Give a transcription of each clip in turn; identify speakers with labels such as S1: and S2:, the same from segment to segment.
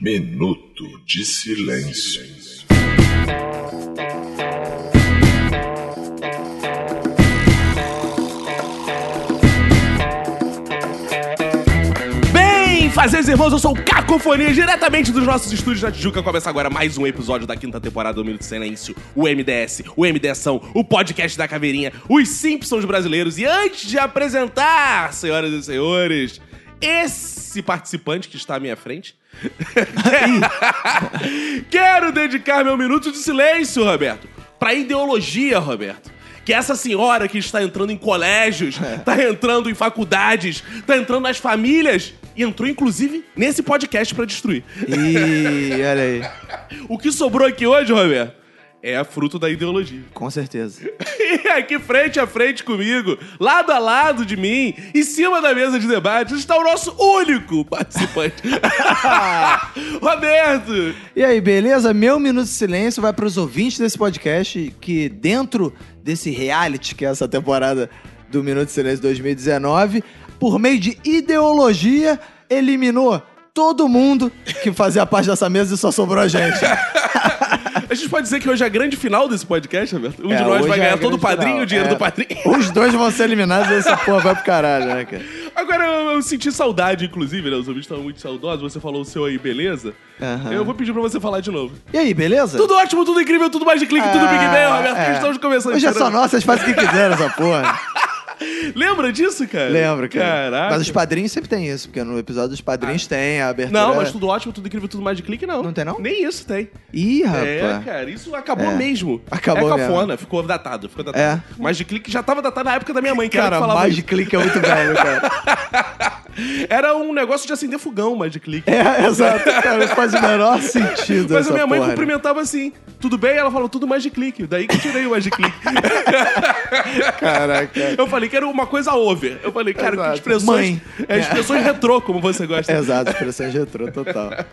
S1: Minuto de Silêncio.
S2: Bem, fazeres irmãos, eu sou o Cacofonia, diretamente dos nossos estúdios na Tijuca. Começa agora mais um episódio da quinta temporada do Minuto de Silêncio, o MDS, o MDSão, o podcast da Caveirinha, os Simpsons brasileiros. E antes de apresentar, senhoras e senhores, esse participante que está à minha frente, quero dedicar meu minuto de silêncio, Roberto, pra ideologia, Roberto. Que essa senhora que está entrando em colégios,
S3: É.
S2: está entrando em faculdades, está entrando nas famílias, e entrou inclusive nesse podcast pra destruir.
S3: Ih, olha aí.
S2: O que sobrou aqui hoje, Roberto, é fruto da ideologia.
S3: Com certeza.
S2: E aqui frente a frente comigo, lado a lado de mim, em cima da mesa de debate, está o nosso único participante. Roberto!
S3: E aí, beleza? Meu minuto de silêncio vai para os ouvintes desse podcast que, dentro desse reality que é essa temporada do Minuto de Silêncio 2019, por meio de ideologia, eliminou todo mundo que fazia parte dessa mesa e só sobrou a gente.
S2: A gente pode dizer que hoje é a grande final desse podcast, Roberto? Um
S3: É,
S2: de nós
S3: hoje
S2: vai
S3: é a
S2: ganhar todo o
S3: grande
S2: padrinho,
S3: final.
S2: o dinheiro
S3: É.
S2: do padrinho.
S3: Os dois vão ser eliminados e essa porra vai pro caralho, né, cara?
S2: Agora eu, eu senti saudade, inclusive, né? Os ouvintes estavam muito saudosos. Você falou o seu aí, beleza?
S3: Aham.
S2: Eu vou pedir pra você falar de novo.
S3: E aí, beleza?
S2: Tudo ótimo, tudo incrível, tudo mais de clique, tudo Big Bang, Roberto.
S3: Ah, é.
S2: Estamos começando.
S3: Hoje é
S2: Tirando-
S3: só nossa, vocês fazem o que quiserem essa porra.
S2: Lembra disso, cara?
S3: Lembro, cara.
S2: Caraca. Ah.
S3: Mas os padrinhos sempre tem isso, porque no episódio dos padrinhos tem a abertura.
S2: Não, mas tudo ótimo, tudo incrível, tudo mais de clique, não.
S3: Não tem, não?
S2: Nem isso tem.
S3: Ih, rapaz.
S2: É, cara, isso acabou
S3: É.
S2: mesmo.
S3: Acabou
S2: É cafona, ficou datado, ficou datado.
S3: É.
S2: Mais de clique já tava datado na época da minha mãe, que era
S3: Cara,
S2: que falava
S3: mais
S2: isso.
S3: de clique é muito velho, cara.
S2: Era um negócio de acender fogão, mais de clique.
S3: É, exato. Cara, não faz o menor sentido
S2: Mas a
S3: essa
S2: minha mãe
S3: porra, né?
S2: cumprimentava assim, tudo bem? Ela falou, tudo mais de clique. Daí que eu tirei o mais de clique.
S3: Caraca.
S2: Eu falei que era uma coisa over. Eu falei, cara,
S3: Exato.
S2: que expressões.
S3: Mãe.
S2: É, expressões retrô, como você gosta.
S3: Exato, expressão de retrô total. É.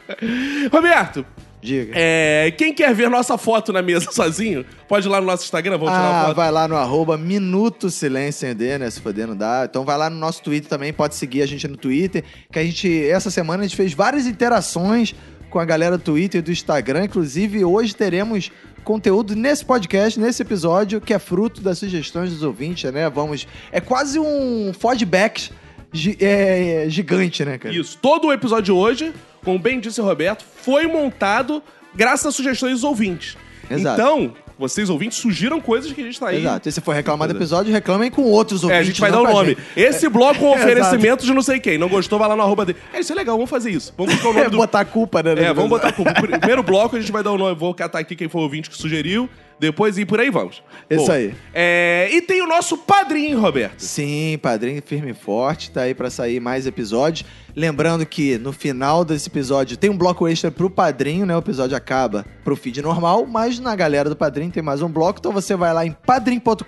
S2: Roberto,
S3: Diga.
S2: é, quem quer ver nossa foto na mesa sozinho, pode ir lá no nosso Instagram, vamos tirar uma
S3: Ah,
S2: foto.
S3: vai lá no arroba Minuto Silêncio ND, né? Se poder não dá. Então vai lá no nosso Twitter também, pode seguir a gente no Twitter. Que a gente, essa semana, a gente fez várias interações com a galera do Twitter e do Instagram. Inclusive, hoje teremos conteúdo nesse podcast, nesse episódio, que é fruto das sugestões dos ouvintes, né? Vamos. É quase um feedback gi- é, é, gigante, né, cara?
S2: Isso. Todo o episódio de hoje, como bem disse o Roberto, foi montado graças às sugestões dos ouvintes.
S3: Exato.
S2: Então, vocês ouvintes sugiram coisas que a gente tá aí.
S3: Exato. E se for reclamar do episódio, reclamem com outros
S2: É,
S3: ouvintes.
S2: a gente vai dar
S3: não
S2: o
S3: com a
S2: nome.
S3: gente.
S2: Esse bloco com
S3: É,
S2: oferecimento de não sei quem. Não gostou, vai lá no arroba dele. É, isso é legal, vamos fazer isso. Vamos colocar o nome
S3: É,
S2: do...
S3: botar a culpa, né?
S2: É, vamos
S3: no-
S2: botar como primeiro bloco, a gente vai dar o nome. Vou catar aqui quem foi o ouvinte que sugeriu. Depois e por aí vamos.
S3: Isso aí.
S2: é, e tem o nosso padrinho, Roberto.
S3: Sim, padrinho firme e forte, tá aí pra sair mais episódios. Lembrando que no final desse episódio tem um bloco extra pro padrinho, né? O episódio acaba pro feed normal, mas na galera do padrinho tem mais um bloco, então você vai lá em padrim.com.br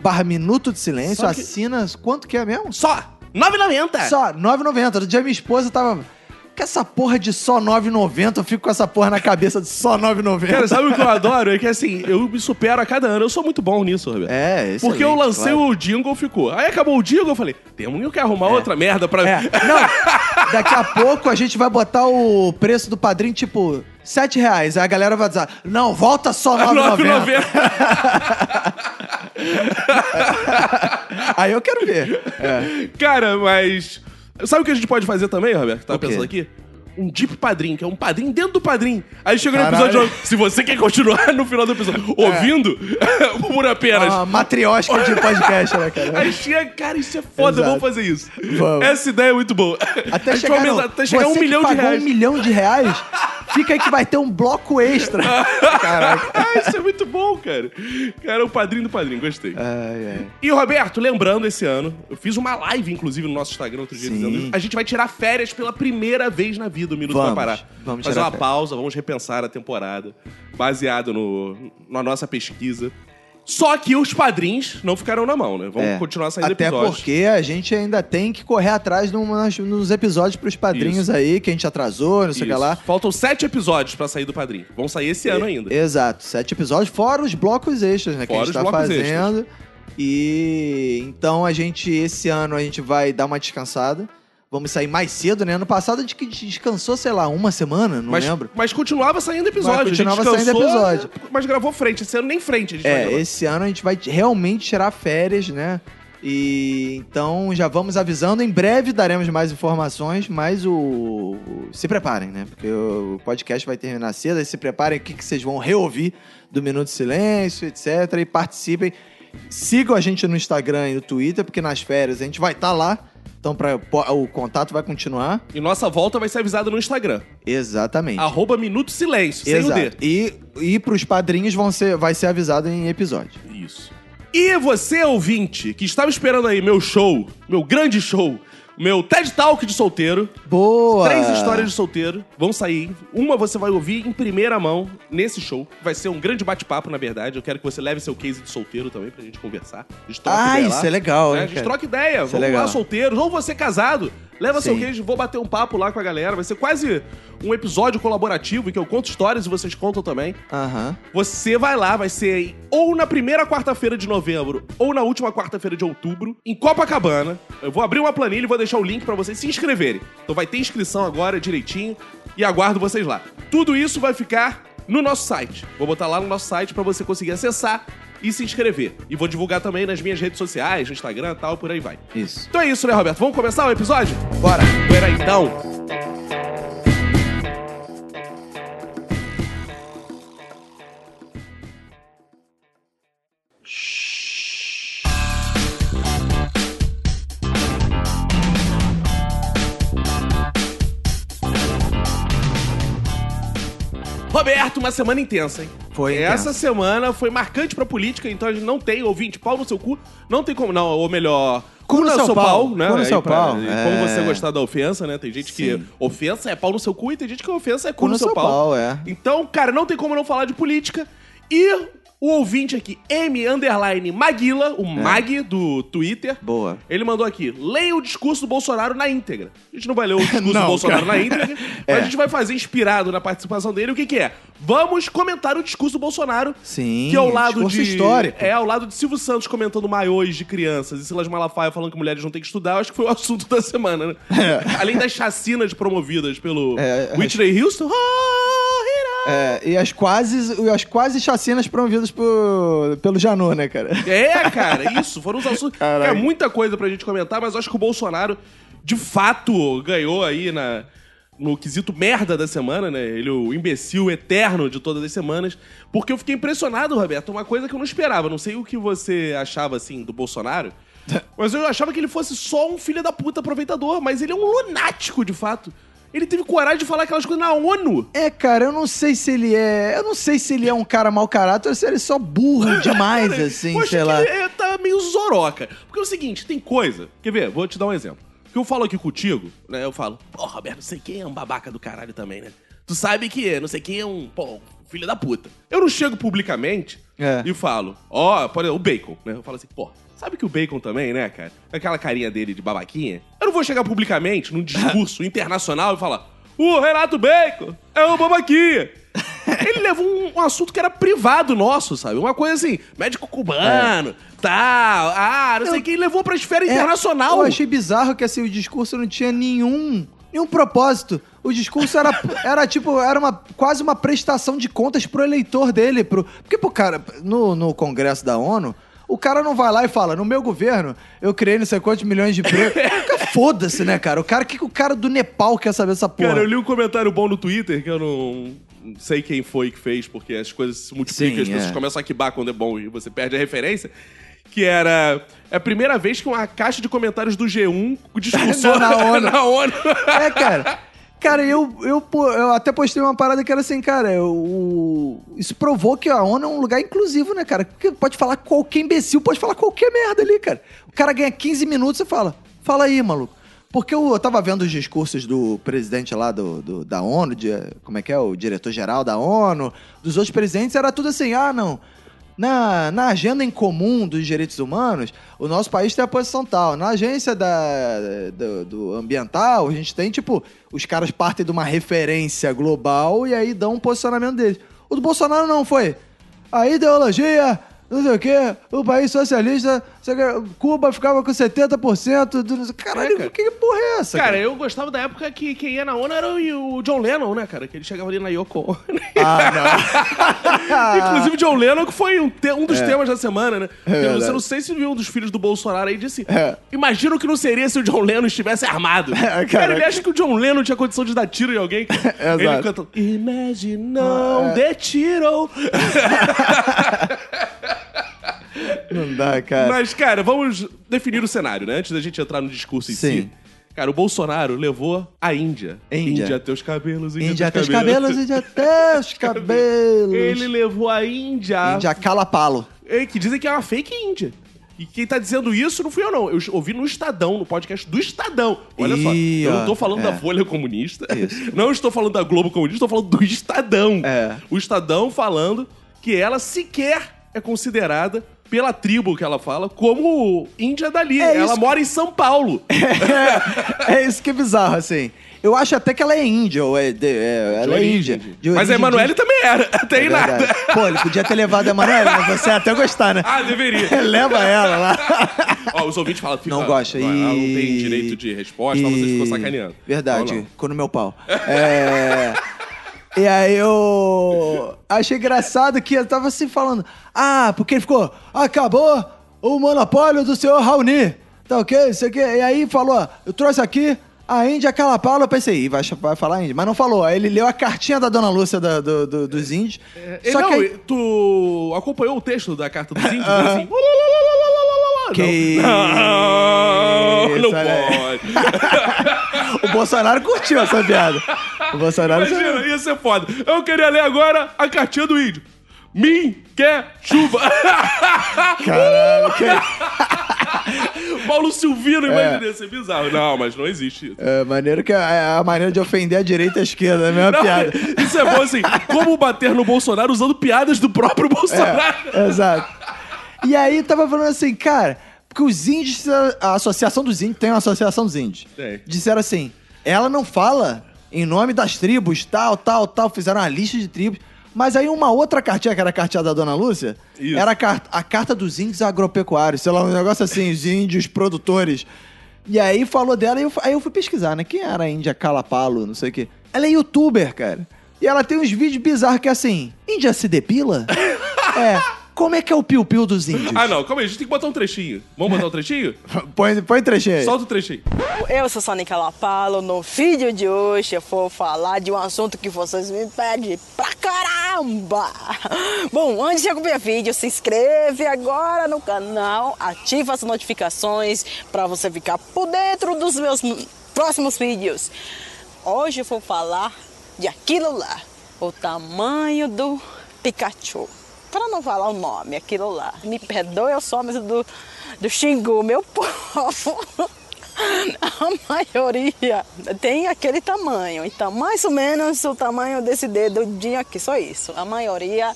S3: barra Minuto de Silêncio,
S2: Só que- É.
S3: assina quanto que é mesmo?
S2: Só R$ 9,90.
S3: Só R$ 9,90. Outro dia minha esposa tava... Com essa porra de só R$ 9,90, eu fico com essa porra na cabeça de só R$ 9,90.
S2: Cara, sabe o que eu adoro? É que assim, eu me supero a cada ano. Eu sou muito bom nisso, Roberto.
S3: É,
S2: Porque eu lancei o jingle, ficou. Aí acabou o jingle, eu falei, temos que arrumar outra merda pra...
S3: É, não, daqui a pouco a gente vai botar o preço do padrinho, tipo, R$ 7 reais. Aí a galera vai dizer, não, volta só R$ 9,90.
S2: 9,90.
S3: Aí eu quero ver. É.
S2: Cara, mas... Sabe o que a gente pode fazer também, Roberto? Tava
S3: O quê?
S2: pensando aqui? Um Deep Padrim, que é um padrinho dentro do padrinho. Aí chega no
S3: Caralho. É.
S2: episódio de novo. Se você quer continuar no final do episódio ouvindo, por apenas.
S3: Uma matriosca de podcast, né, cara?
S2: Aí chega, cara, isso é foda,
S3: Exato.
S2: vamos fazer isso.
S3: Vamos.
S2: Essa ideia é muito boa. A
S3: Até
S2: gente vai
S3: chegar, no-
S2: aumentar- até chegar a
S3: você
S2: um
S3: que
S2: milhão de
S3: pagou
S2: reais.
S3: um milhão de reais, fica aí que vai ter um bloco extra. Caraca.
S2: Ah, isso é muito bom, cara. Cara, o padrinho do padrinho, gostei.
S3: É, Ai, ai.
S2: E, Roberto, lembrando, esse ano, eu fiz uma live, inclusive, no nosso Instagram outro dia,
S3: Sim.
S2: dizendo a gente vai tirar férias pela primeira vez na vida, o Minuto
S3: Vamos,
S2: vai parar.
S3: vamos
S2: Fazer
S3: tirar
S2: uma
S3: férias.
S2: pausa, vamos repensar a temporada, baseado no, na nossa pesquisa. Só que os padrinhos não ficaram na mão, né? Vamos
S3: É.
S2: continuar saindo
S3: Até
S2: episódios.
S3: porque a gente ainda tem que correr atrás numas- nos episódios pros padrinhos aí, que a gente atrasou, não sei o que
S2: Isso.
S3: lá.
S2: Faltam sete episódios pra sair do padrinho. Vão sair esse ano ainda.
S3: Exato, sete episódios, fora os blocos extras, né? que
S2: Fora
S3: a gente
S2: os
S3: tá
S2: blocos
S3: fazendo. E então a gente, esse ano, a gente vai dar uma descansada. Vamos sair mais cedo, né? Ano passado a gente descansou, sei lá, uma semana, não
S2: mas,
S3: lembro.
S2: mas continuava saindo episódio.
S3: Mas continuava
S2: a gente descansou,
S3: saindo episódio.
S2: Mas gravou frente. Esse ano nem frente a gente vai
S3: É,
S2: gravar.
S3: esse ano a gente vai realmente tirar férias, né? E então já vamos avisando. Em breve daremos mais informações, mas o. o- Se preparem, né? Porque o podcast vai terminar cedo. Aí se preparem o que, que vocês vão reouvir do Minuto de Silêncio, etc. E participem. Sigam a gente no Instagram e no Twitter, porque nas férias a gente vai estar lá. Então pra, po- o contato vai continuar.
S2: E nossa volta vai ser avisada no Instagram.
S3: Exatamente.
S2: Arroba Minuto Silêncio, sem o D.
S3: Exato. E, e pros padrinhos vão ser, vai ser avisado em episódio.
S2: Isso. E você, ouvinte, que estava esperando aí meu show, meu grande show, meu TED Talk de solteiro,
S3: Boa!
S2: Três histórias de solteiro vão sair. Uma você vai ouvir em primeira mão nesse show. Vai ser um grande bate-papo, na verdade. Eu quero que você leve seu case de solteiro também pra gente conversar. A gente troca
S3: Ah,
S2: ideia
S3: isso
S2: lá.
S3: é legal,
S2: É,
S3: hein?
S2: a gente
S3: cara?
S2: troca ideia.
S3: Isso é
S2: Vamos lá,
S3: legal.
S2: solteiros. Ou você casado. Leva seu
S3: Sim.
S2: case, vou bater um papo lá com a galera. Vai ser quase um episódio colaborativo em que eu conto histórias e vocês contam também.
S3: Aham.
S2: Você vai lá, vai ser ou na primeira quarta-feira de novembro ou na última quarta-feira de outubro, em Copacabana. Eu vou abrir uma planilha e vou deixar o link pra vocês se inscreverem. Então vai ter inscrição agora direitinho e aguardo vocês lá. Tudo isso vai ficar no nosso site. Vou botar lá no nosso site pra você conseguir acessar e se inscrever. E vou divulgar também nas minhas redes sociais, no Instagram e tal, por aí vai.
S3: Isso.
S2: Então é isso, né, Roberto? Vamos começar o episódio?
S3: Bora.
S2: Pera aí, então. Roberto, uma semana intensa, hein?
S3: Foi
S2: Essa
S3: intensa.
S2: semana foi marcante pra política, então a gente não tem ouvinte, pau no seu cu, não tem como, não, ou melhor, cu
S3: no
S2: no
S3: seu
S2: seu
S3: pau,
S2: pau, né?
S3: cu no
S2: Aí
S3: seu
S2: pra-
S3: pau,
S2: e
S3: é.
S2: Como você gostar da ofensa, né? Tem gente que
S3: Sim.
S2: ofensa é pau no seu cu e tem gente que ofensa é cu,
S3: Cu no seu pau, é.
S2: Então, cara, não tem como não falar de política. E o ouvinte aqui, M underline Maguila,
S3: É.
S2: o Mag do Twitter,
S3: Boa.
S2: ele mandou aqui: leia o discurso do Bolsonaro na íntegra. A gente não vai ler o discurso
S3: Não,
S2: do Bolsonaro
S3: cara.
S2: na íntegra,
S3: É.
S2: mas a gente vai fazer inspirado na participação dele. O que, que é? Vamos comentar o discurso do Bolsonaro.
S3: Sim,
S2: Que é ao lado
S3: discurso
S2: de.
S3: histórico.
S2: É, ao lado de Silvio Santos comentando maiôs de crianças e Silas Malafaia falando que mulheres não têm que estudar, eu acho que foi o assunto da semana, né? Além das chacinas promovidas pelo
S3: É,
S2: Whitney Houston. Oh,
S3: É, e as quase, e as quase chacinas promovidas por, pelo Janô, né, cara?
S2: É, cara, isso. Foram os assuntos.
S3: Caralho.
S2: É muita coisa pra gente comentar, mas eu acho que o Bolsonaro, de fato, ganhou aí na, no quesito merda da semana, né? Ele, é o imbecil eterno de todas as semanas. Porque eu fiquei impressionado, Roberto, uma coisa que eu não esperava. Não sei o que você achava, assim, do Bolsonaro. Mas eu achava que ele fosse só um filho da puta aproveitador, mas ele é um lunático, de fato. Ele teve coragem de falar aquelas coisas na ONU.
S3: É, cara, eu não sei se ele é. Eu não sei se ele é um cara mau caráter ou se ele é só burro demais, assim,
S2: Eu acho
S3: sei
S2: que
S3: lá.
S2: ele é- tá meio zoroca. Porque é o seguinte, tem coisa. Quer ver? Vou te dar um exemplo. Que eu falo aqui contigo, né? Eu falo, pô, Roberto, não sei quem é um babaca do caralho também, né? Tu sabe que é, não sei quem é um, pô, filho da puta. Eu não chego publicamente
S3: É.
S2: e falo, ó, por exemplo, o bacon, né? Eu falo assim, pô, sabe que o bacon também, né, cara? Aquela carinha dele de babaquinha. Eu não vou chegar publicamente num discurso internacional e falar, o Renato Bacon é um babaquinha. Ele levou um, um assunto que era privado nosso, sabe? Uma coisa assim, médico cubano, tal, ah, não sei quem levou pra esfera
S3: É,
S2: internacional.
S3: Eu achei bizarro que assim, o discurso não tinha nenhum. Nenhum propósito. O discurso era, era tipo, era uma, quase uma prestação de contas pro eleitor dele. Pro, porque, pro cara, no, no Congresso da ONU, o cara não vai lá e fala: no meu governo, eu criei não sei quantos milhões de empregos. Fica Foda-se, né, cara? O cara, o que, que o cara do Nepal quer saber essa porra?
S2: Cara, eu li um comentário bom no Twitter que eu não não sei quem foi que fez, porque as coisas se multiplicam,
S3: Sim,
S2: as pessoas
S3: é.
S2: começam a quibar quando é bom e você perde a referência. Que era é a primeira vez que uma caixa de comentários do G1 discursou
S3: Na- na ONU.
S2: na ONU.
S3: É, cara. Cara, eu, eu, pô, eu até postei uma parada que era assim, cara, o, isso provou que a ONU é um lugar inclusivo, né, cara? Porque pode falar qualquer imbecil, pode falar qualquer merda ali, cara. O cara ganha 15 minutos e fala, fala aí, maluco. Porque eu, eu tava vendo os discursos do presidente lá do, do- da ONU, de, como é que é, o diretor-geral da ONU, dos outros presidentes, era tudo assim, ah, não, na, na agenda em comum dos direitos humanos, o nosso país tem a posição tal. Na agência da, do, do ambiental, a gente tem, tipo, os caras partem de uma referência global e aí dão um posicionamento deles. O do Bolsonaro não foi. A ideologia não sei o quê, o país socialista, não sei o quê, Cuba ficava com 70% do. não sei- Caralho,
S2: É, cara.
S3: que porra é essa?
S2: Cara, eu gostava da época que quem ia na ONU era o o John Lennon, né, cara? Que ele chegava ali na Yoko. Ono. Inclusive, John Lennon, que foi um, te- um dos temas da semana, né? eu
S3: É. verdade.
S2: não sei se viu um dos filhos do Bolsonaro aí disse: assim,
S3: É.
S2: Imagina o que não seria se o John Lennon estivesse armado. cara,
S3: cara.
S2: ele acha que o John Lennon tinha condição de dar tiro em alguém. ele
S3: Exato. É.
S2: canta: Imaginão de tiro.
S3: Ah, Não dá, cara.
S2: Mas, cara, vamos definir o cenário, né? Antes da gente entrar no discurso em si.
S3: Sim.
S2: Cara, o Bolsonaro levou a Índia.
S3: Índia.
S2: Índia teus cabelos, Índia,
S3: Índia até os cabelos, Índia até os cabelos.
S2: Ele levou a Índia.
S3: Índia calapalo.
S2: É, que dizem que é uma fake Índia. E quem tá dizendo isso não fui eu, não. Eu ouvi no Estadão, no podcast do Estadão. Olha só,
S3: Ih,
S2: eu
S3: ó,
S2: não tô falando
S3: é.
S2: da Folha Comunista,
S3: Isso.
S2: não estou falando da Globo Comunista, estou falando do Estadão.
S3: É.
S2: O Estadão falando que ela sequer é considerada, pela tribo que ela fala, como Índia dali.
S3: É
S2: ela
S3: isso.
S2: mora em São Paulo.
S3: É, é isso que é bizarro, assim. Eu acho até que ela é índia, ou é. de- é, ela é índia. De
S2: Mas
S3: origem
S2: a Emanuele também era, até aí
S3: indígena. É
S2: nada.
S3: verdade. Pô, ele podia ter levado a Emanuele, mas você ia até gostar, né?
S2: Ah, deveria.
S3: Leva ela lá.
S2: Ó, os ouvintes falam, fica,
S3: Não gosta.
S2: Ela não tem
S3: Ih.
S2: direito de resposta, vocês ficam sacaneando. Ou não?
S3: Verdade, ficou no meu pau. É. E aí eu achei engraçado que eu tava assim falando. Ah, porque ele ficou. Acabou o monopólio do senhor Raoni. Tá ok? Isso aqui. E aí falou, ó, eu trouxe aqui. A Índia Calapalo, eu pensei, "Ih, vai, ch- vai falar Índia. Mas não falou. Aí ele leu a cartinha da Dona Lúcia da- do- do- dos índios.
S2: Só
S3: Só
S2: É, não,
S3: que aí- Ah.
S2: e tu acompanhou o texto da carta dos índios? assim,
S3: Que
S2: não, não, não
S3: isso, né? olha
S2: pode.
S3: o Bolsonaro curtiu essa piada. O Bolsonaro.
S2: Imagina, ia ser é foda. Eu queria ler agora a cartinha do índio. Mim quer chuva.
S3: Caralho, que-
S2: Paulo Silvino, imagina, ia ser bizarro. Não, mas não existe isso.
S3: É maneiro que a, a maneira de ofender a direita e a esquerda, é a mesma
S2: Não,
S3: piada.
S2: Isso é bom, assim, como bater no Bolsonaro usando piadas do próprio Bolsonaro.
S3: É, exato. E aí tava falando assim, cara, porque os índios, a associação dos índios, tem uma associação dos índios.
S2: Tem.
S3: Disseram assim, ela não fala em nome das tribos, tal, tal, tal, fizeram uma lista de tribos. Mas aí uma outra cartinha, que era a cartinha da Dona Lúcia,
S2: Isso.
S3: era a, car- a carta dos índios agropecuários, sei lá, um negócio assim, os índios produtores. E aí falou dela, e eu, fu- aí eu fui pesquisar, né? Quem era a Índia Calapalo, não sei o quê. Ela é youtuber, cara. E ela tem uns vídeos bizarros que é assim, Índia se depila? é, como é que é o piu-piu dos índios?
S2: Ah, não, calma aí, a gente tem que botar um trechinho. Vamos botar um trechinho?
S3: Põe, põe um trechinho aí.
S2: Solta o trechinho.
S1: Eu sou Sônia Calapalo, no vídeo de hoje eu vou falar de um assunto que vocês me pedem pra caramba! Bom, antes de acompanhar o vídeo, se inscreve agora no canal, ativa as notificações pra você ficar por dentro dos meus próximos vídeos. Hoje eu vou falar de aquilo lá, o tamanho do Pikachu. Pra não falar o nome, aquilo lá. Me perdoe, eu sou homem do, do Xingu, meu povo. A maioria tem aquele tamanho. Então, mais ou menos o tamanho desse dedo de aqui, só isso. A maioria,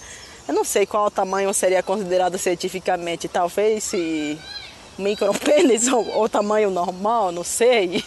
S1: eu não sei qual tamanho seria considerado cientificamente. Talvez se micropênis ou, ou tamanho normal, não sei.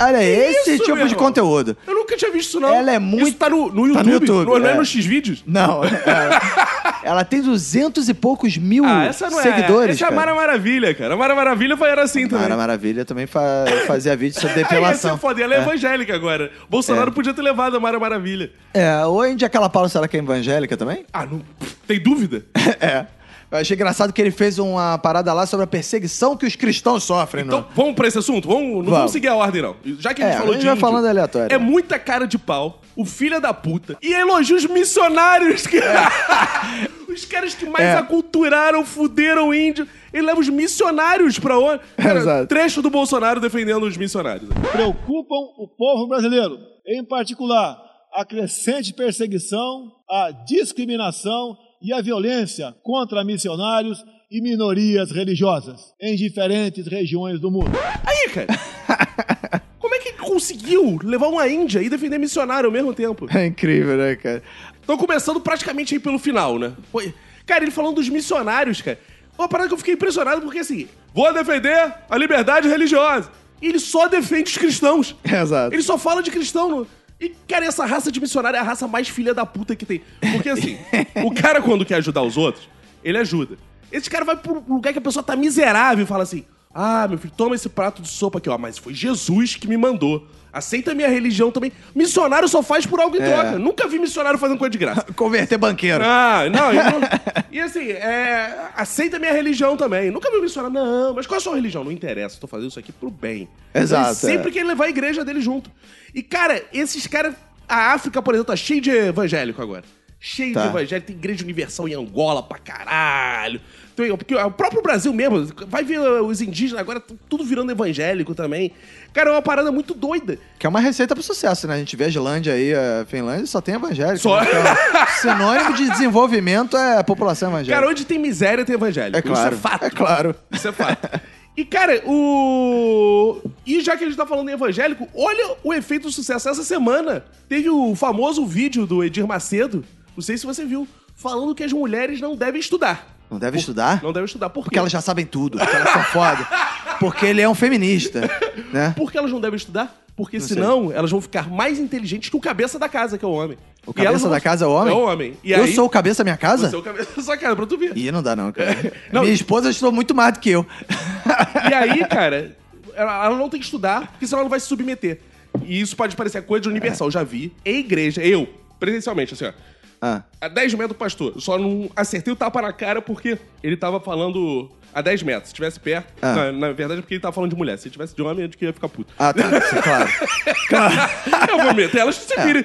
S3: Olha, esse
S2: isso,
S3: tipo
S2: meu
S3: de
S2: irmão?
S3: conteúdo.
S2: Eu nunca tinha visto isso, não.
S3: Ela é
S2: Isso
S3: muito-
S2: tá no, no YouTube,
S3: Tá no YouTube,
S2: não, não é
S3: é.
S2: nos X-Vídeos?
S3: Não, ela, ela tem duzentos e poucos mil
S2: Ah, essa não é.
S3: seguidores.
S2: Essa é a
S3: cara.
S2: Mara Maravilha, cara. A Mara Maravilha foi, era assim também.
S3: Mara Maravilha também fa- fazia vídeo sobre
S2: Aí ia ser
S3: depilação.
S2: foda. Ela é, evangélica agora. Bolsonaro podia ter levado a Mara Maravilha.
S3: É, ou a Índia Calapalo, será que é evangélica também?
S2: Ah, não. Tem dúvida?
S3: é. Eu achei engraçado que ele fez uma parada lá sobre a perseguição que os cristãos sofrem, né?
S2: Então,
S3: não?
S2: vamos pra esse assunto? Vamos, não vamos.
S3: Ah. Vamos.
S2: seguir a ordem, não. Já que a gente
S3: É,
S2: falou
S3: a gente
S2: de.
S3: vai
S2: índio,
S3: falando aleatório. né?
S2: É muita cara de pau, o filho da puta. E elogios missionários, que. Os caras que mais
S3: É.
S2: aculturaram, fuderam o índio. Ele leva os missionários pra onde? Cara,
S3: Exato.
S2: Trecho do Bolsonaro defendendo os missionários.
S4: preocupam o povo brasileiro, em particular a crescente perseguição, a discriminação e a violência contra missionários e minorias religiosas em diferentes regiões do mundo.
S2: Aí, cara. Como é que ele conseguiu levar uma Índia e defender missionário ao mesmo tempo?
S3: É incrível, né, cara?
S2: Então, começando praticamente aí pelo final, né? Foi- Cara, ele falando dos missionários, cara. Uma parada que eu fiquei impressionado porque, assim, vou defender a liberdade religiosa. E ele só defende os cristãos.
S3: Exato.
S2: Ele só fala de cristão. não- E, cara, essa raça de missionário é a raça mais filha da puta que tem. Porque, assim, o cara, quando quer ajudar os outros, ele ajuda. Esse cara vai pro lugar que a pessoa tá miserável e fala assim: Ah, meu filho, toma esse prato de sopa aqui, ó. Mas foi Jesus que me mandou. Aceita a minha religião também. Missionário só faz por algo em troca. Nunca vi missionário fazendo coisa de graça.
S3: Converter banqueiro.
S2: Ah, não, ele não- E assim, é, aceita a minha religião também. Nunca vi um missionário. Não, mas qual é a sua religião? Não interessa, tô fazendo isso aqui pro bem.
S3: Exato,
S2: E sempre
S3: é.
S2: que ele levar a igreja dele junto. E, cara, esses caras. A África, por exemplo, tá cheio de evangélico agora. Cheio
S3: Tá.
S2: de evangélico. Tem igreja universal em Angola pra caralho. Tem- Porque o próprio Brasil mesmo, vai ver os indígenas agora, t- tudo virando evangélico também. Cara, é uma parada muito doida.
S3: Que é uma receita pro sucesso, né? A gente vê a Islândia aí, a Finlândia, só tem evangélico.
S2: Só-
S3: né? Então, sinônimo de desenvolvimento é a população evangélica.
S2: Cara, onde tem miséria tem evangélico.
S3: é
S2: Isso
S3: claro.
S2: é fato.
S3: É claro.
S2: Isso é fato. E, cara, o. E já que a gente tá falando em evangélico, olha o efeito do sucesso. Essa semana teve o famoso vídeo do Edir Macedo, não sei se você viu, falando que as mulheres não devem estudar.
S3: Não deve estudar?
S2: Não devem estudar. Por quê?
S3: Porque elas já sabem tudo, porque elas são foda. Porque ele é um feminista, né?
S2: Por que elas não devem estudar? Porque
S3: Não sei.
S2: senão elas vão ficar mais inteligentes que o cabeça da casa, que é o homem.
S3: O
S2: E elas
S3: cabeça
S2: não
S3: da
S2: vão-
S3: casa é o homem?
S2: É o homem. E
S3: eu
S2: aí-
S3: sou o cabeça da minha casa?
S2: Você é o cabeça da casa, pra tu ver.
S3: Ih, não dá não, cara.
S2: Não,
S3: Minha
S2: e-
S3: esposa estudou muito mais do que eu.
S2: E aí, cara, ela, ela não tem que estudar, porque senão ela não vai se submeter. E isso pode parecer coisa de universal. Eu Já vi em igreja, eu, presencialmente, assim, ó.
S3: Ah,
S2: A 10 metros do pastor. Só não acertei o tapa na cara porque ele tava falando a 10 metros. Se tivesse perto,
S3: Ah.
S2: na, na verdade é porque ele tava falando de mulher. Se tivesse de homem, eu acho que ia ficar puto.
S3: ah tá, sim, claro.
S2: eu vou meter é elas que se virem.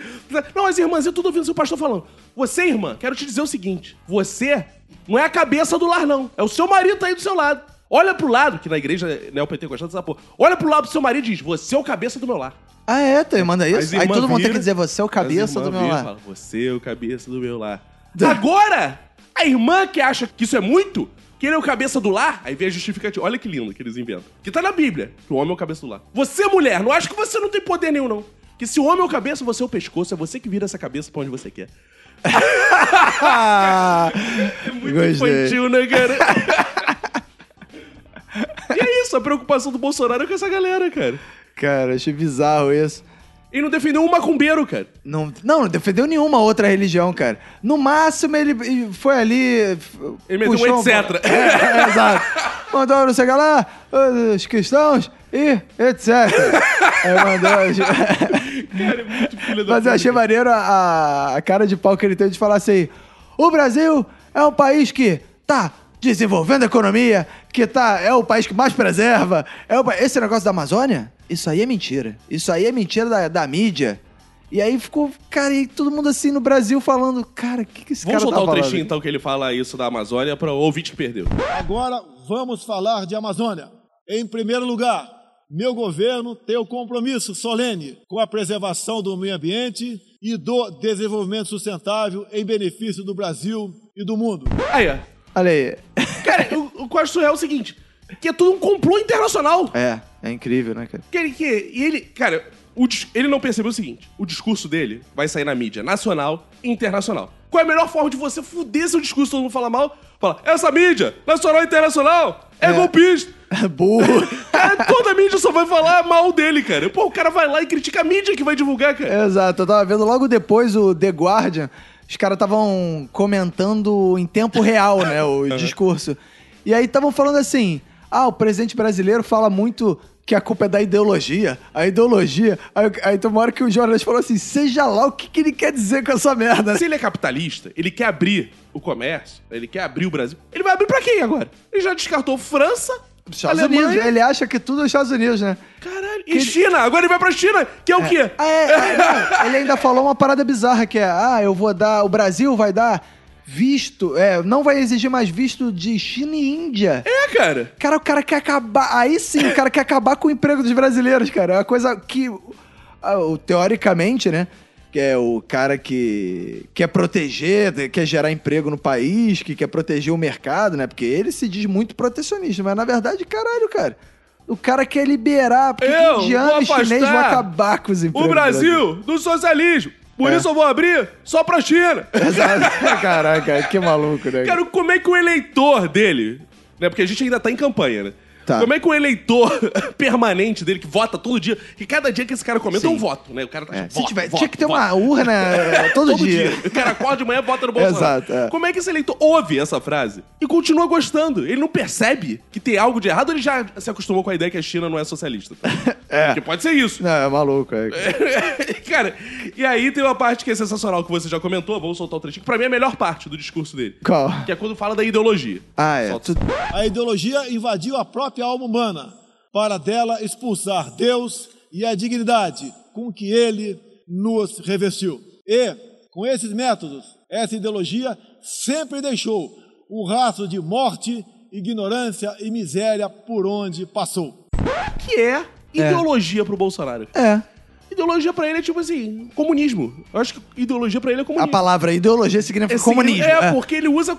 S2: Não, mas irmãs, eu tô ouvindo seu pastor falando. Você, irmã, quero te dizer o seguinte: você não é a cabeça do lar, não. É o seu marido tá aí do seu lado. Olha pro lado, que na igreja neopentecostal dessa porra. Olha pro lado do seu marido e diz: Você é o cabeça do meu lar.
S3: Ah, é, tua irmã é
S2: As
S3: isso? Aí
S2: irmãs
S3: todo mundo tem
S2: viram,
S3: que dizer, você é o
S2: as
S3: cabeça do
S2: irmãs
S3: meu
S2: viram e
S3: lar.
S2: falam, Você é o cabeça do meu lar. Agora, a irmã que acha que isso é muito, que ele é o cabeça do lar, aí vem a justificativa. Olha que lindo que eles inventam. Que tá na Bíblia, que o homem é o cabeça do lar. Você, mulher, não acha que você não tem poder nenhum, não. Que se o homem é o cabeça, você é o pescoço, é você que vira essa cabeça pra onde você quer.
S3: Ah,
S2: É muito
S3: Gostei.
S2: infantil, né, cara? e é isso, a preocupação do Bolsonaro é com essa galera, cara.
S3: cara, achei bizarro isso.
S2: E não defendeu um macumbeiro, cara.
S3: Não, não, não defendeu nenhuma outra religião, cara. No máximo, ele ele foi ali. f-
S2: Ele meteu um
S3: puxou
S2: etc.
S3: É, é, exato. Mandou, não sei o que lá, os cristãos e etc. Aí mandou.
S2: Cara, é muito filho da
S3: Mas eu
S2: puta.
S3: achei maneiro a, a cara de pau que ele teve de falar assim: o Brasil é um país que tá desenvolvendo a economia, que tá, é o país que mais preserva. É o pa- esse negócio da Amazônia? Isso aí é mentira. Isso aí é mentira da, da mídia. E aí ficou, cara, e todo mundo assim no Brasil falando: cara, o que, que esse
S2: Vamos
S3: cara
S2: soltar
S3: tá
S2: o
S3: falando?
S2: trechinho, então, que ele fala isso da Amazônia para o ouvinte que perdeu.
S4: Agora vamos falar de Amazônia. Em primeiro lugar, meu governo tem o compromisso solene com a preservação do meio ambiente e do desenvolvimento sustentável em benefício do Brasil e do mundo.
S2: Aí, ó.
S3: Olha aí.
S2: Cara, o, o que eu acho surreal é o seguinte: que é tudo um complô internacional.
S3: É, é incrível, né, cara?
S2: Que ele, que, e ele, cara, o dis- ele não percebeu o seguinte: o discurso dele vai sair na mídia nacional e internacional. Qual é a melhor forma de você fuder seu discurso, todo mundo fala mal? Fala, essa mídia, nacional e internacional, é, golpista.
S3: Burro.
S2: Cara, toda mídia só vai falar mal dele, cara. Pô, o cara vai lá e critica a mídia que vai divulgar, cara.
S3: Exato, eu tava vendo logo depois o The Guardian, os caras estavam comentando em tempo real, né, o discurso. E aí estavam falando assim: ah, o presidente brasileiro fala muito que a culpa é da ideologia, a ideologia. Aí, aí tem uma hora que o jornalista falou assim: seja lá o que, que ele quer dizer com essa merda.
S2: Se ele é capitalista, ele quer abrir o comércio, ele quer abrir o Brasil. Ele vai abrir pra quem agora? Ele já descartou França,
S3: Estados
S2: Alemanha,
S3: Unidos, ele acha que tudo é os Estados Unidos, né?
S2: caralho, e China. Agora ele vai pra China, que é o quê?
S3: Ah, é, é, não, ele ainda falou uma parada bizarra que é: ah, eu vou dar, o Brasil vai dar visto, é, não vai exigir mais visto de China e Índia.
S2: É, cara.
S3: Cara, o cara quer acabar. Aí sim, o cara quer acabar com o emprego dos brasileiros, cara. É uma coisa que. ah, o- Teoricamente, né? Que é o cara que quer proteger, né, quer gerar emprego no país, que quer proteger o mercado, né? Porque ele se diz muito protecionista, mas na verdade, caralho, cara. O cara quer liberar, porque
S2: Eu
S3: indiano e
S2: vou
S3: chinês vão
S2: afastar
S3: acabar com os empregos.
S2: O
S3: do
S2: Brasil do socialismo. Por
S3: É.
S2: isso eu vou abrir só pra China.
S3: Exato. Caraca, que maluco, né?
S2: Cara, como é que o eleitor dele. Né, porque a gente ainda tá em campanha, né?
S3: Tá.
S2: Como é que o eleitor permanente dele, que vota todo dia, que cada dia que esse cara comenta é um voto, né? O cara tá
S3: É,
S2: achando,
S3: se
S2: "Voto,
S3: tiver,
S2: voto,
S3: tinha que ter
S2: voto".
S3: uma urna eh, todo, dia.
S2: O cara acorda de manhã, bota no Bolsonaro.
S3: Exato, é.
S2: Como é que esse eleitor ouve essa frase e continua gostando? Ele não percebe que tem algo de errado, ele já se acostumou com a ideia que a China não é socialista.
S3: É.
S2: Porque pode ser isso.
S3: Não, é maluco. É.
S2: Cara, e aí tem uma parte que é sensacional que você já comentou, vamos soltar o trechinho, que pra mim é a melhor parte do discurso dele.
S3: Qual?
S2: Que é quando fala da ideologia.
S3: Ah, é.
S2: Solta.
S3: Tu-
S4: A ideologia invadiu a própria alma humana para dela expulsar Deus e a dignidade com que ele nos revestiu. E, com esses métodos, essa ideologia sempre deixou um rastro de morte, ignorância e miséria por onde passou.
S2: Que é ideologia pro Bolsonaro.
S3: É.
S2: Ideologia pra ele é tipo assim, comunismo. Eu acho que ideologia pra ele é
S3: A
S2: comunismo.
S3: palavra ideologia significa
S2: Esse-
S3: comunismo.
S2: É,
S3: é.
S2: porque ele usa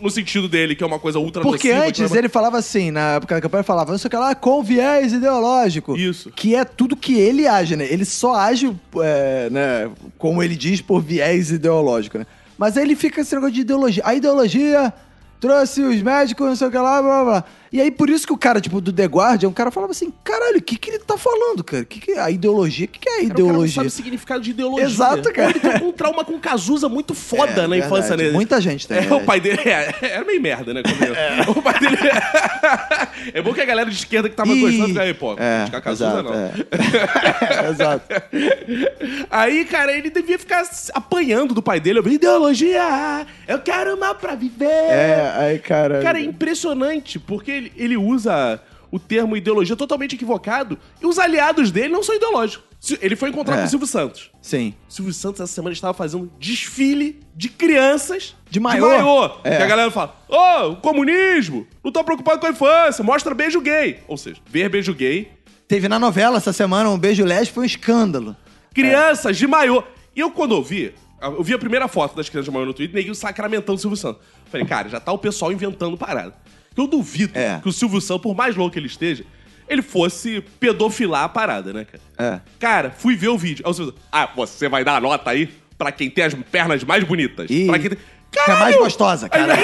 S2: no sentido dele, que é uma coisa ultra
S3: Porque
S2: nociva,
S3: antes
S2: que é uma-
S3: ele falava assim, na época da campanha, ele falava, não sei o que lá, com viés ideológico.
S2: Isso.
S3: Que é tudo que ele age, né? Ele só age, é, né, como ele diz, por viés ideológico, né? Mas aí ele fica esse negócio de ideologia. A ideologia trouxe os médicos, não sei o que lá, blá, blá, blá. E aí por isso que o cara, tipo, do The Guardian, o cara falava assim, caralho, o que que ele tá falando, cara? Que que é a ideologia? O que que é a
S2: um Cara, o cara não
S3: ideologia?
S2: sabe o significado de ideologia.
S3: Exato, cara.
S2: Ele teve um trauma com Cazuza muito foda
S3: É,
S2: na
S3: verdade.
S2: infância dele.
S3: Muita gente tem, né?
S2: É,
S3: verdade.
S2: o pai dele é, era meio merda, né? quando eu- O pai dele. é bom que a galera de esquerda que tava
S3: Ih,
S2: gostando fica aí, pô,
S3: é,
S2: criticar Cazuza
S3: exato,
S2: não.
S3: é. Exato.
S2: Aí, cara, ele devia ficar se apanhando do pai dele. Eu ideologia! Eu quero uma pra viver!
S3: É, aí, cara...
S2: Cara, é impressionante, porque ele, ele usa o termo ideologia totalmente equivocado e os aliados dele não são ideológicos. Se- Ele foi encontrar
S3: É.
S2: com o Silvio Santos.
S3: Sim.
S2: O Silvio Santos essa semana estava fazendo desfile de crianças
S3: De maiô. É.
S2: Que a galera fala: Ô, o comunismo! Não tô preocupado com a infância, mostra beijo gay. Ou seja, ver beijo gay,
S3: Teve na novela essa semana um beijo lésbico, foi um escândalo.
S2: crianças de maiô. E eu, quando ouvi, eu vi a primeira foto das crianças de maiô no Twitter, neguinho sacramentando o Silvio Santos. Falei, cara, já tá o pessoal inventando parada. Eu duvido
S3: É.
S2: que o Silvio Santos, por mais louco que ele esteja, ele fosse pedofilar a parada, né, cara?
S3: É.
S2: Cara, fui ver o vídeo. Aí o Silvio Santos, ah, você vai dar a nota aí pra quem tem as pernas mais bonitas.
S3: Ih,
S2: Pra quem tem...
S3: Que é
S2: Caralho! né? tá,
S3: mais gostosa, cara.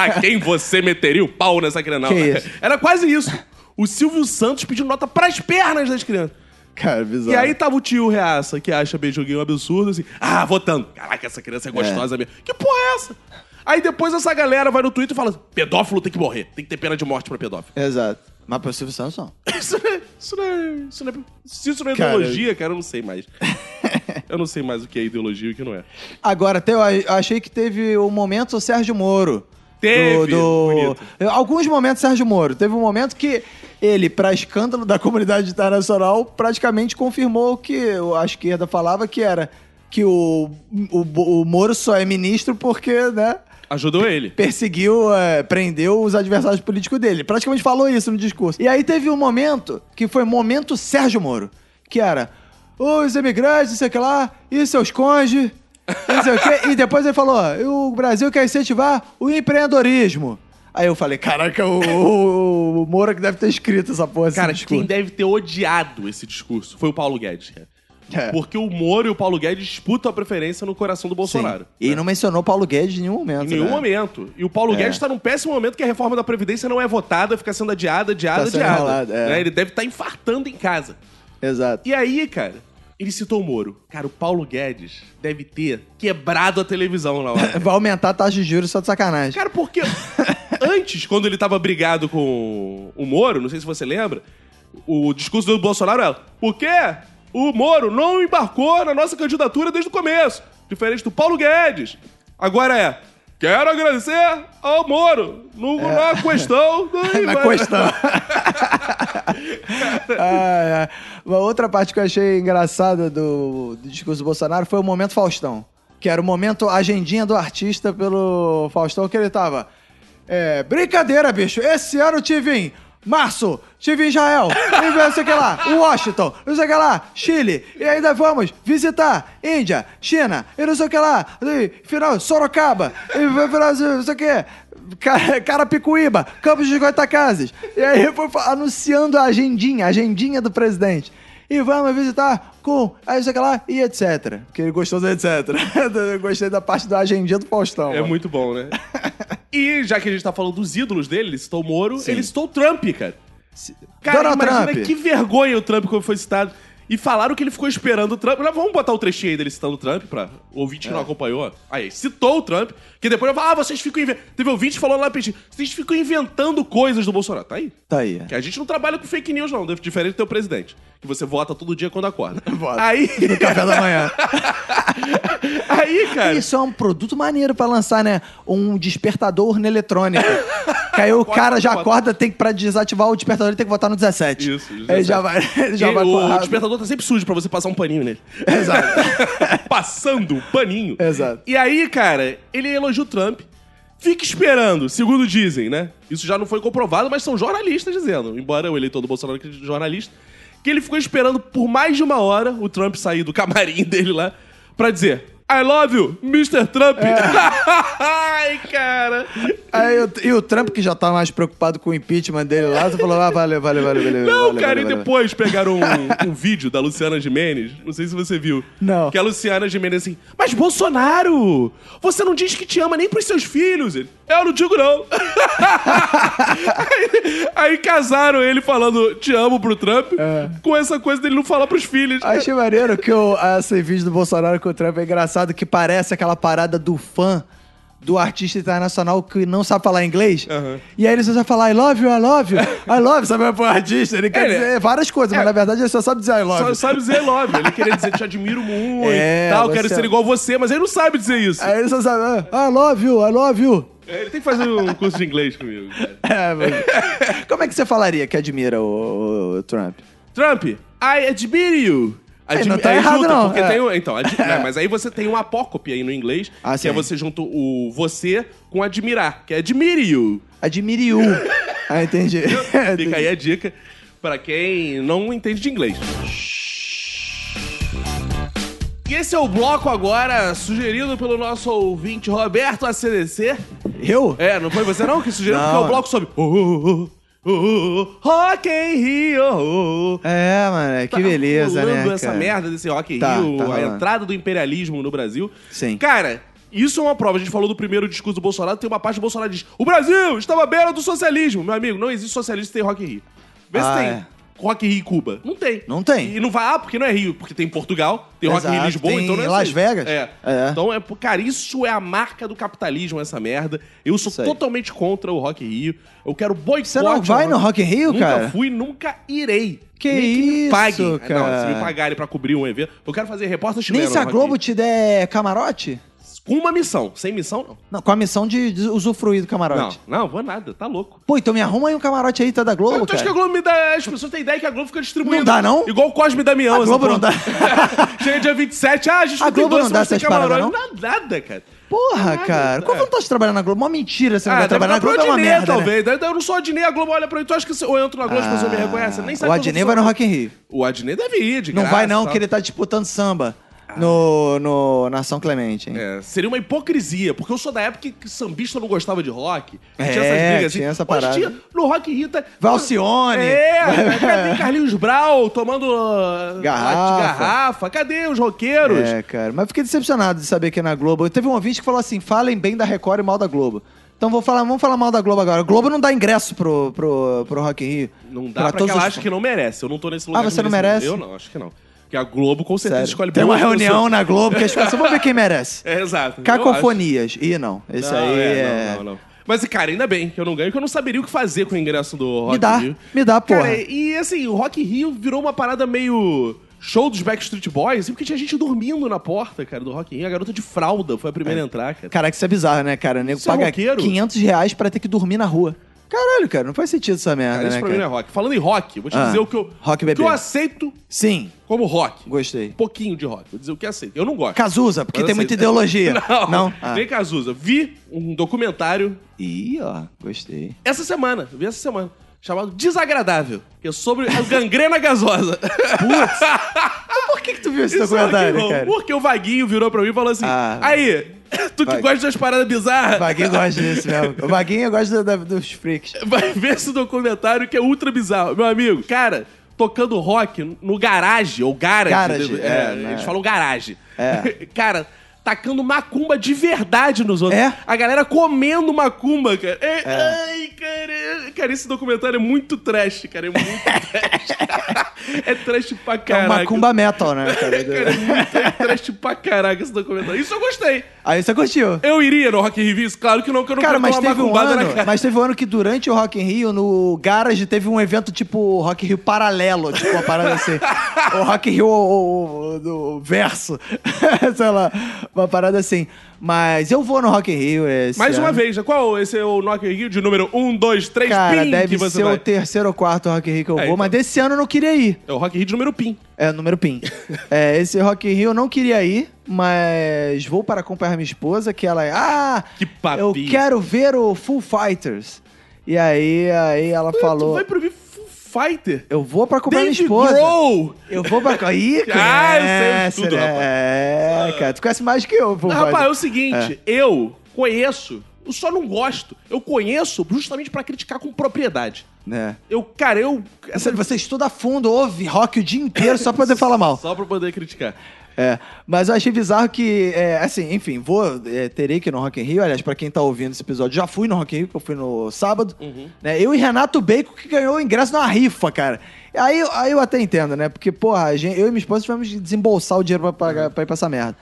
S2: a quem você meteria o pau nessa criança? Não,
S3: Que
S2: né?
S3: isso?
S2: Era quase isso. O Silvio Santos pediu nota pras pernas das crianças.
S3: Cara,
S2: E
S3: bizarro.
S2: aí tava o tio reaça, que acha beijo gay um absurdo, assim, ah, votando. Caraca, essa criança é gostosa mesmo. Que porra é essa? Aí depois essa galera vai no Twitter e fala, assim, pedófilo tem que morrer, tem que ter pena de morte pra pedófilo.
S3: Exato. Mas pro Silvio Santos, não.
S2: Isso não é, isso não é, isso não é- se isso não é
S3: Cara,
S2: ideologia, cara, eu não sei mais. eu não sei mais o que é ideologia e o que não é.
S3: Agora, teu, eu achei que teve o momento Sérgio Moro.
S2: Teve,
S3: Do,
S2: bonito.
S3: do... Alguns momentos Sérgio Moro. Teve um momento que ele, pra escândalo da comunidade internacional, praticamente confirmou o que a esquerda falava, que era que o, o, o Moro só é ministro porque, né,
S2: Ajudou ele.
S3: perseguiu, é, prendeu os adversários políticos dele. Praticamente falou isso no discurso. E aí teve um momento que foi momento Sérgio Moro, que era os imigrantes, não sei o que lá, e seus conge, e não sei o quê. E depois ele falou: o Brasil quer incentivar o empreendedorismo. Aí eu falei, caraca, o, o, o Moro que deve ter escrito essa porra. esse
S2: Cara,
S3: discurso."
S2: quem deve ter odiado esse discurso foi o Paulo Guedes, cara.
S3: É.
S2: Porque o Moro e o Paulo Guedes disputam a preferência no coração do
S3: Sim.
S2: Bolsonaro.
S3: E não mencionou Paulo Guedes em nenhum
S2: Em
S3: momento.
S2: nenhum
S3: né?
S2: momento. E o Paulo
S3: É.
S2: Guedes está num péssimo momento que a reforma da Previdência não é votada, fica sendo adiada, adiada,
S3: Tá sendo
S2: adiada.
S3: enrolado, é.
S2: né? Ele deve estar infartando em casa.
S3: Exato.
S2: E aí, cara, ele citou o Moro. Cara, o Paulo Guedes deve ter quebrado a televisão na hora.
S3: Vai aumentar a taxa de juros só de sacanagem.
S2: Cara, porque antes, quando ele tava brigado com o Moro, não sei se você lembra, o discurso do Bolsonaro era: por quê? O Moro não embarcou na nossa candidatura desde o começo, diferente do Paulo Guedes. Agora é. Quero agradecer ao Moro no, na questão do.
S3: É. na questão. Ah, é. Uma outra parte que eu achei engraçada do, do discurso do Bolsonaro foi o momento Faustão. Que era o momento agendinha do artista pelo Faustão, que ele tava. É, brincadeira, bicho. Esse ano eu tive em março, tive em Israel, tive em não sei o que lá, Washington, não sei o que lá, Chile, e ainda vamos visitar Índia, China, e não sei o que lá, e final, Sorocaba, e vai virar não sei o que. Cara- Carapicuíba, Campos de Goitacazes. E aí foi fa- anunciando a agendinha, a agendinha do presidente. E vamos visitar com aí sei lá e É etc. Porque ele gostou do etc. Eu gostei da parte da agendinha do Faustão.
S2: É muito bom, né? E já que a gente tá falando dos ídolos dele, ele citou o Moro,
S3: Sim.
S2: ele citou o Trump, cara. Cara,
S3: Donald
S2: imagina
S3: Trump.
S2: que vergonha o Trump quando foi citado. E falaram que ele ficou esperando o Trump. Mas vamos botar o trechinho aí dele citando o Trump pra o ouvinte
S3: É.
S2: que não acompanhou. Aí, citou o Trump, que depois eu falo, ah, vocês ficam inventando. Teve ouvinte que falou lá, pedindo, vocês ficam inventando coisas do Bolsonaro. Tá aí.
S3: Tá aí. é.
S2: Que a gente não trabalha com fake news, não. Diferente do teu presidente. Que você vota todo dia quando acorda.
S3: Vota.
S2: Aí.
S3: No café da manhã.
S2: aí, cara.
S3: Isso é um produto maneiro pra lançar, né? Um despertador urna eletrônica. que aí o
S2: Bota,
S3: cara já
S2: bota.
S3: acorda, tem que, pra desativar o despertador, ele tem que botar no 17.
S2: Isso,
S3: Aí
S2: 17.
S3: já vai, ele já
S2: E
S3: vai
S2: o
S3: porrada.
S2: despertador tá sempre sujo pra você passar um paninho nele.
S3: Exato.
S2: Passando um paninho.
S3: Exato.
S2: E aí, cara, ele elogia o Trump. Fica esperando, segundo dizem, né? Isso já não foi comprovado, mas são jornalistas dizendo. Embora o eleitor do Bolsonaro que é jornalista. Que ele ficou esperando por mais de uma hora o Trump sair do camarim dele lá pra dizer... I love you, Mr. Trump!
S3: É.
S2: Ai, cara!
S3: Aí o- e o Trump, que já tá mais preocupado com o impeachment dele lá, você falou, ah, valeu, valeu, valeu, valeu.
S2: Não,
S3: valeu,
S2: cara,
S3: valeu,
S2: e
S3: valeu.
S2: depois pegaram um, um vídeo da Luciana Gimenez, não sei se você viu.
S3: Não.
S2: Que a Luciana Gimenez assim, mas Bolsonaro, você não diz que te ama nem pros seus filhos. Ele, eu não digo não. aí, aí casaram ele falando te amo pro Trump com essa coisa dele não falar pros filhos.
S3: Achei maneiro É. que o, ah, esse vídeo do Bolsonaro com o Trump é engraçado, que parece aquela parada do fã do artista internacional que não sabe falar inglês.
S2: Aham.
S3: E aí ele só sabe falar I love you, I love you, I love you, sabe? é Pro artista, ele quer
S2: Ele- é.
S3: dizer várias coisas, mas na verdade ele só sabe dizer I love
S2: Só
S3: you.
S2: sabe dizer I love. you. Ele queria dizer te admiro muito
S3: É,
S2: e tal, quero
S3: você-
S2: ser igual a você, mas ele não sabe dizer isso.
S3: Aí ele só sabe ah, I love you, I love you.
S2: Ele tem que fazer um curso de inglês comigo. cara.
S3: É, mas- Como é que você falaria que admira o, o- o Trump?
S2: Trump, I admire you.
S3: Aí
S2: Admi-
S3: não tá
S2: aí
S3: errado, não.
S2: Porque
S3: É.
S2: tem o, então, ad- né, mas aí você tem um apócope aí no inglês,
S3: Ah,
S2: que
S3: sim.
S2: é você junto o você com admirar, que é admire you.
S3: Admire o. Ah, entendi.
S2: Fica aí a dica pra quem não entende de inglês. E esse é o bloco agora sugerido pelo nosso ouvinte Roberto ACDC.
S3: Eu?
S2: É, não foi você não que sugeriu,
S3: Não.
S2: porque é o bloco sobre... Oh, oh, oh, oh, oh, Rock in Rio. oh, oh.
S3: É, mano, que
S2: Tá
S3: beleza, né?
S2: rolando essa
S3: cara?
S2: merda desse Rock in
S3: Tá,
S2: Rio,
S3: tá
S2: a
S3: rolando.
S2: entrada do imperialismo no Brasil.
S3: Sim.
S2: Cara, isso é uma prova. A gente falou do primeiro discurso do Bolsonaro, tem uma parte do Bolsonaro que diz: "O Brasil estava à beira do socialismo". Meu amigo, não existe socialista sem Rock in Rio. Vê
S3: Ah,
S2: se tem.
S3: é.
S2: Rock in Rio em Cuba. Não tem.
S3: Não tem.
S2: E não vai, ah, porque não é Rio, porque tem Portugal, tem Rock in Rio em
S3: Exato,
S2: Lisboa,
S3: tem
S2: então não é
S3: Las
S2: isso.
S3: Vegas.
S2: É.
S3: É.
S2: Então é, cara, isso é a marca do capitalismo essa merda. Eu sou
S3: Isso aí.
S2: totalmente contra o Rock in Rio. Eu quero boicote.
S3: Você não
S2: ao
S3: vai no Rock in Rio,
S2: Nunca
S3: cara?
S2: fui, nunca irei.
S3: Que
S2: Nem que me
S3: isso,
S2: paguem.
S3: cara.
S2: Não, se me pagarem pra cobrir um evento, eu quero fazer repórter chileno.
S3: Nem se a
S2: no
S3: Globo
S2: Rock
S3: te der camarote?
S2: in Rio. Com uma missão. Sem missão, não.
S3: Não, com a missão de, de usufruir do camarote.
S2: Não, não, vou nada. Tá louco.
S3: Pô, então me arruma aí um camarote aí, tá da Globo,
S2: Então acho
S3: cara.
S2: que a Globo me dá... As pessoas têm ideia que a Globo fica distribuindo.
S3: Não dá, não?
S2: Igual o Cosme e Damião.
S3: A
S2: essa
S3: Globo
S2: porra.
S3: não dá.
S2: Chega dia 27, ah, a gente
S3: A
S2: não tem
S3: Globo não
S2: doce,
S3: dá
S2: mas tem
S3: essas paradas,
S2: camarote. Não dá nada, cara.
S3: Porra,
S2: Caralho,
S3: cara. Como
S2: é. Ah,
S3: eu não tá trabalhando na Globo? Mó mentira você não vai
S2: deve
S3: trabalhar na
S2: dar pro
S3: Globo, é uma
S2: Adnet,
S3: merda, né?
S2: talvez. Eu não sou Adnei, a Globo olha pra mim. Tu acha que se eu entro na Globo, as pessoas me reconhecem? Nem sabe
S3: Ah, o
S2: que eu
S3: Adnei
S2: sou
S3: vai no
S2: samba.
S3: Rock in Rio.
S2: O Adnei deve ir, de
S3: Não
S2: graça,
S3: vai não,
S2: tal.
S3: que ele tá disputando samba no, no, na São Clemente, hein?
S2: É, seria uma hipocrisia, porque eu sou da época que- que sambista não gostava de rock. que
S3: É,
S2: tinha essas brigas
S3: tinha
S2: assim.
S3: essa parada.
S2: Hoje em dia, no Rock Rita.
S3: Valcione!
S2: É, cadê Carlinhos Brau tomando uh,
S3: Garrafa.
S2: de garrafa? Cadê os roqueiros?
S3: É, cara. Mas fiquei decepcionado de saber que na Globo. Teve um ouvinte que falou assim: falem bem da Record e mal da Globo. Então vou falar, vamos falar mal da Globo agora. A Globo não dá ingresso pro, pro, pro Rock in Rio.
S2: Não dá pra, que
S3: todos
S2: ela
S3: os- Ah,
S2: acha que não merece. Eu não tô nesse lugar.
S3: você
S2: de
S3: não merece?
S2: Eu não, acho que não. Porque a Globo com certeza
S3: Sério.
S2: escolhe
S3: Tem uma
S2: boas
S3: reunião
S2: pessoas.
S3: na Globo que é as pessoas vão ver quem merece.
S2: É, exato. Eu
S3: Cacofonias. Ih, não. Esse
S2: Não,
S3: aí é.
S2: é, Não, não, não. Mas, cara, ainda bem que eu não ganho, que eu não saberia o que fazer com o ingresso do Rock
S3: Me dá,
S2: in Rio.
S3: me dá, porra.
S2: Cara, e assim, o Rock in Rio virou uma parada meio show dos Backstreet Boys, assim, porque tinha gente dormindo na porta, cara, do Rock in Rio. A garota de fralda foi a primeira a entrar, cara.
S3: Caraca, isso é bizarro, né, cara? O nego
S2: Isso é
S3: paga
S2: roqueiro?
S3: 500 reais pra ter que dormir na rua. Caralho, cara, não faz sentido essa merda,
S2: Cara, isso
S3: né,
S2: pra mim não é
S3: cara?
S2: rock. Falando em rock, vou te
S3: Ah,
S2: dizer o que eu,
S3: rock
S2: o que
S3: bebê.
S2: eu aceito
S3: Sim,
S2: como rock.
S3: gostei.
S2: Um pouquinho de rock. Vou dizer o que eu aceito. Eu não gosto.
S3: Cazuza, porque
S2: Mas
S3: tem
S2: eu
S3: muita
S2: sei.
S3: ideologia.
S2: Não,
S3: não? Ah.
S2: nem Cazuza. Vi um documentário
S3: Ih, ó, gostei.
S2: essa semana, vi essa semana, chamado Desagradável, que é sobre a gangrena gasosa.
S3: Por que, que tu viu esse
S2: Isso é
S3: documentário,
S2: rock and roll,
S3: cara?
S2: Porque o Vaguinho virou pra mim e falou assim:
S3: Ah.
S2: Aí, tu que
S3: Vai.
S2: gosta das paradas bizarras,
S3: Vaguinho gosta desse mesmo. O Vaguinho gosta da- dos freaks. É
S2: vai ver esse documentário que é ultra bizarro. Meu amigo, cara, tocando rock no garage, ou garage.
S3: Garage,
S2: né?
S3: é,
S2: eles
S3: né?
S2: falam garage.
S3: É.
S2: cara, tacando macumba de verdade nos outros.
S3: É.
S2: A galera comendo macumba, cara. É, Ai, cara. é- Cara, esse documentário é muito trash, cara. É muito trash. é trash pra
S3: É um
S2: caraca.
S3: macumba metal, né,
S2: Cara, é
S3: cara?
S2: muito é trash pra caraca esse documentário. Isso eu gostei.
S3: Aí você curtiu.
S2: Eu iria no Rock in Rio? Claro que não, que eu não
S3: Cara,
S2: quero
S3: mas
S2: tomar
S3: teve, um
S2: macumbada
S3: ano,
S2: na cara.
S3: mas teve um ano que durante o Rock in Rio, no Garage, teve um evento tipo Rock in Rio paralelo, tipo uma parada assim. o Rock in Rio o, o- do verso, sei lá, uma parada assim. Mas eu vou no Rock in Rio esse
S2: Mais uma
S3: ano.
S2: vez, né? qual esse é o Rock in Rio de número 1, 2, 3,
S3: Cara,
S2: pim, que
S3: deve
S2: você
S3: ser
S2: vai?
S3: o terceiro ou quarto Rock in Rio que eu
S2: É,
S3: vou,
S2: então.
S3: mas desse ano eu não queria ir.
S2: É o Rock in Rio de número pim.
S3: É, número PIN. é, esse Rock in Rio eu não queria ir, mas vou para acompanhar minha esposa, que ela... Ah,
S2: Que papinho.
S3: eu quero ver o Full Fighters. E aí, aí ela
S2: Tu
S3: falou...
S2: vai pro Foo Fighter?
S3: Eu vou pra comprar minha
S2: Dave
S3: esposa.
S2: Grohl!
S3: Eu vou pra. Ih,
S2: Ah, eu sei
S3: cara.
S2: tudo,
S3: será-
S2: rapaz.
S3: É, cara. Tu conhece mais que eu, pô.
S2: Não, rapaz, é o seguinte, eu conheço, eu só não gosto. Eu conheço justamente pra criticar com propriedade.
S3: É.
S2: Eu, cara, eu...
S3: Você, você estuda a fundo, ouve rock o dia inteiro só pra poder falar mal.
S2: Só pra poder criticar.
S3: É, mas eu achei bizarro que, é, assim, enfim, vou, é, terei que ir no Rock in Rio, aliás, pra quem tá ouvindo esse episódio, já fui no Rock in Rio, que eu fui no sábado,
S2: Uhum.
S3: né, eu e Renato Bacon que ganhou o ingresso na rifa, cara. Aí, aí eu até entendo, né, porque, porra, a gente- eu e minha esposa tivemos que desembolsar o dinheiro pra, pagar-
S2: Uhum.
S3: pra ir pra essa merda.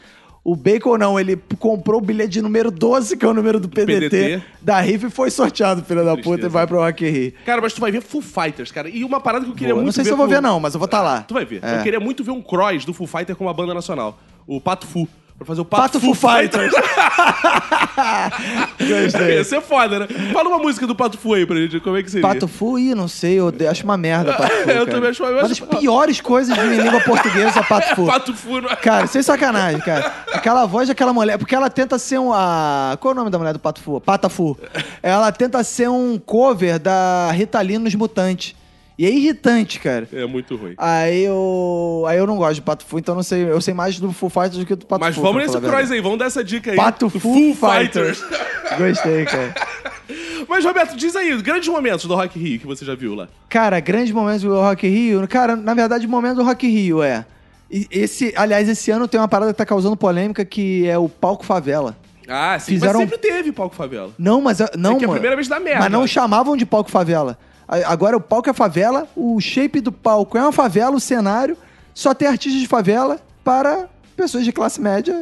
S3: O Bacon não, ele comprou o bilhete de número 12, que é o número do PDT,
S2: PDT.
S3: da rifa e foi sorteado, filho da puta,
S2: Tristeza.
S3: e vai pro Rock in Rio.
S2: Cara, mas tu vai ver Foo Fighters, cara. E uma parada que eu queria
S3: Boa.
S2: muito
S3: Não sei
S2: ver
S3: se eu vou
S2: com-
S3: ver não, mas eu vou estar tá lá.
S2: Tu vai ver.
S3: É.
S2: Eu queria muito ver um cross do Foo Fighter com uma banda nacional. O Pato Fu. Pra fazer o Pato,
S3: Pato Foo Fighters. Gostei.
S2: Ia ser foda, né? Fala uma música do Pato Fu aí pra gente, como é que seria?
S3: Pato Fu, ih, não sei, eu de- acho uma merda Pato Fu.
S2: Eu
S3: cara.
S2: também acho uma- eu
S3: Uma
S2: acho
S3: das
S2: uma-
S3: piores coisas de língua portuguesa é Pato Fu.
S2: Pato Fu. né? Não...
S3: Cara, sem sacanagem, cara. Aquela voz daquela mulher, porque ela tenta ser um. A... Qual é o nome da mulher do Pato Fu? Pata Fu. Ela tenta ser um cover da Rita Lee nos Mutantes. E é irritante, cara.
S2: É muito ruim.
S3: Aí eu. Aí eu não gosto de Pato Fu, então eu não sei. Eu sei mais do Foo Fighters do que do Pato
S2: Mas
S3: Fu.
S2: vamos
S3: pra
S2: nesse
S3: falar a verdade.
S2: cross aí, vamos dar essa dica aí.
S3: Pato
S2: Do
S3: Fu, Fighters. Gostei, cara.
S2: Mas, Roberto, diz aí, grandes momentos do Rock in Rio que você já viu lá.
S3: Cara, grande momento do Rock in Rio. Cara, na verdade, o momento do Rock in Rio é. e Esse, aliás, esse ano tem uma parada que tá causando polêmica que é o palco favela.
S2: Ah, sim.
S3: Fizeram- um
S2: Mas sempre teve palco favela.
S3: Não, mas eu- não,
S2: É que é a
S3: mano.
S2: primeira vez da merda.
S3: Mas não chamavam de palco favela. A- Agora o palco é favela, o shape do palco é uma favela, o cenário só tem artistas de favela para pessoas de classe média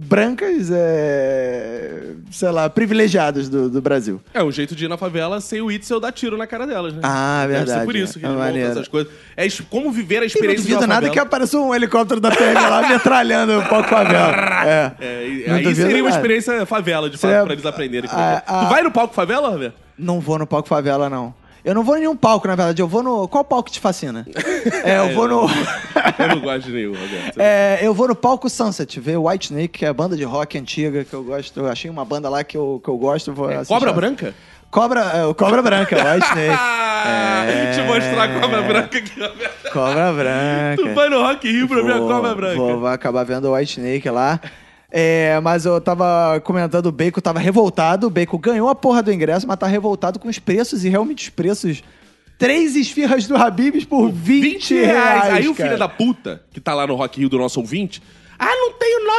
S3: brancas, é, sei lá, privilegiadas do, do Brasil.
S2: É um jeito de ir na favela sem o Itzel dar tiro na cara delas, né?
S3: Ah,
S2: Deve ser
S3: verdade,
S2: por isso que
S3: é.
S2: eles
S3: É
S2: montam
S3: maneiro.
S2: essas coisas. É es- como viver a
S3: E não
S2: experiência de
S3: duvido
S2: uma
S3: nada que
S2: favela.
S3: apareceu um helicóptero da PM lá metralhando o palco favela. É.
S2: É,
S3: Não
S2: aí
S3: duvido
S2: seria uma
S3: nada.
S2: experiência favela, de fato,
S3: Seria-
S2: pra eles aprenderem. como
S3: Ah,
S2: é que é.
S3: ah.
S2: tu vai no palco favela, Roberto?
S3: Não vou no palco favela, não. Eu não vou em nenhum palco, na verdade. Eu vou no. Qual palco te fascina? é, eu vou no.
S2: Eu não gosto de nenhum, Roberto.
S3: É, eu vou no palco Sunset ver White Snake, que é a banda de rock antiga que eu gosto. Eu achei uma banda lá que eu, que eu gosto. eu Vou assistir.
S2: É Cobra branca?
S3: Cobra, é, o Cobra Branca, White Snake.
S2: Ah,
S3: É.
S2: Te mostrar a cobra branca aqui, Roberto.
S3: Cobra Branca.
S2: Tu vai no Rock in Rio pra ver a cobra branca.
S3: Vou, vou acabar vendo o White Snake lá. É, mas eu tava comentando, o Bacon tava revoltado. O Bacon ganhou a porra do ingresso, mas tá revoltado com os preços e realmente os preços. Três esfirras do Habibs por 20,
S2: 20
S3: reais.
S2: reais. Aí o
S3: cara.
S2: filho da puta, que tá lá no Rock in Rio do nosso ouvinte, ah, não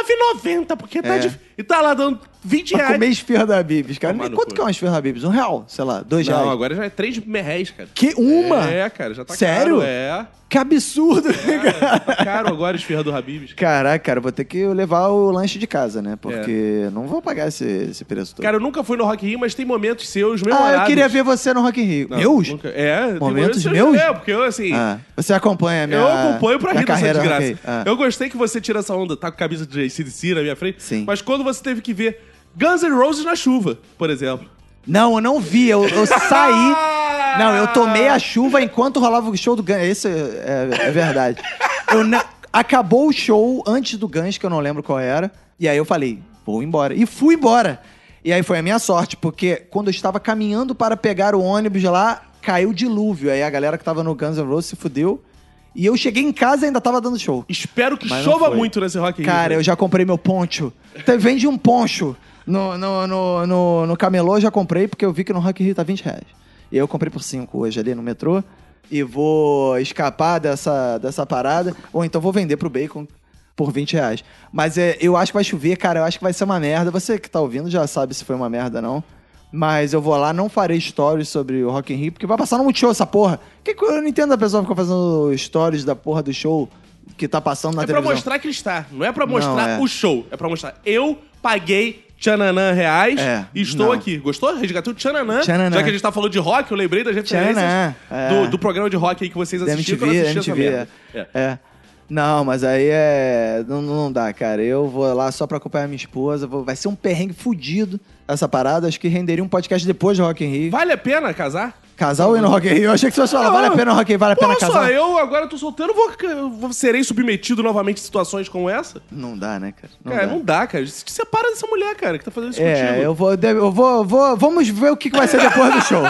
S2: tenho 9,90, porque tá
S3: É.
S2: difícil. E tá lá dando 20
S3: Pra
S2: reais.
S3: comer esfirra da Habibs, cara.
S2: Tomar no
S3: Quanto
S2: cu.
S3: que é uma esfirra da Habibs? Um real? Sei lá, dois
S2: Não,
S3: reais.
S2: agora já é 3 merréis, cara.
S3: Que uma?
S2: É, cara, já tá
S3: Sério?
S2: caro. É.
S3: Que absurdo, né,
S2: Cara, tá caro agora esfirra do Habibs.
S3: Caraca, cara, vou ter que levar o lanche de casa,
S2: É.
S3: né? Porque não vou pagar esse, esse preço todo.
S2: Cara, eu nunca fui no Rock in Rio, mas tem momentos seus
S3: ah,
S2: memoráveis.
S3: eu queria ver você no Rock in Rio.
S2: Não,
S3: Meus?
S2: nunca- É, tem
S3: Momentos
S2: seus-
S3: meus?
S2: É, porque eu, assim...
S3: Ah, você acompanha É, a minha
S2: eu acompanho pra
S3: minha
S2: rir dessa
S3: carreira,
S2: desgraça.
S3: ok. Ah.
S2: Eu gostei que você tira essa onda, tá com a camisa de ACDC na minha frente.
S3: Sim.
S2: Mas quando você teve que ver Guns N' Roses na chuva, por exemplo.
S3: Não, eu não vi, eu, eu saí. Não, eu tomei a chuva enquanto rolava o show do Guns. Isso é, é verdade. Eu na- Acabou o show antes do Guns, que eu não lembro qual era. E aí eu falei, vou embora. E fui embora. E aí foi a minha sorte, porque quando eu estava caminhando para pegar o ônibus lá, caiu dilúvio. Aí a galera que tava no Guns N' Roses se fudeu. E eu cheguei em casa e ainda tava dando show.
S2: Espero que
S3: Mas não
S2: chova
S3: foi.
S2: muito nesse Rock in Rio. né?
S3: Cara, eu já comprei meu poncho. Te- Vende um poncho. No, no, no, no, no camelô eu já comprei, porque eu vi que no Rock in Rio tá 20 reais. E eu comprei por 5 hoje ali no metrô. E vou escapar dessa, dessa parada. Ou então vou vender pro Bacon. por 20 reais. Mas é, eu acho que vai chover, cara. Eu acho que vai ser uma merda. Você que tá ouvindo já sabe se foi uma merda, não. Mas eu vou lá, não farei stories sobre o Rock in Rio, porque vai passar no Multishow essa porra. Que que eu não entendo a pessoa que fica fazendo stories da porra do show que tá passando na
S2: É pra
S3: televisão.
S2: mostrar que está. Não é pra mostrar
S3: é.
S2: o show. É pra mostrar. Eu paguei tchananã reais
S3: É,
S2: e estou
S3: não.
S2: aqui. Gostou? Resgatou o tchananã.
S3: Tchananã.
S2: Já que a gente tá falando de rock, eu lembrei das referências
S3: Tchananã, é.
S2: do, do programa de rock aí que vocês
S3: Da
S2: assistiram. que eu
S3: MTV,
S2: não assisti essa
S3: MTV,
S2: merda. É.
S3: É. Não, mas aí é. Não, não dá, cara. Eu vou lá só pra acompanhar minha esposa. vou- Vai ser um perrengue fudido essa parada. Acho que renderia um podcast depois do Rock in Rio.
S2: É. Vale a pena casar?
S3: Casal e no Rock in Rio. Eu achei que você fosse falar, vale a pena o Rock in Rio, vale a pena
S2: Pô,
S3: casar.
S2: só, eu agora tô solteiro, vou, vou- serei submetido novamente a situações como essa?
S3: Não dá, né, cara? Não
S2: cara,
S3: dá.
S2: não dá, cara. Se separa dessa mulher, cara, que tá fazendo isso
S3: É,
S2: contigo.
S3: eu vou, de- eu vou, vou. Vamos ver o que que vai ser depois do show.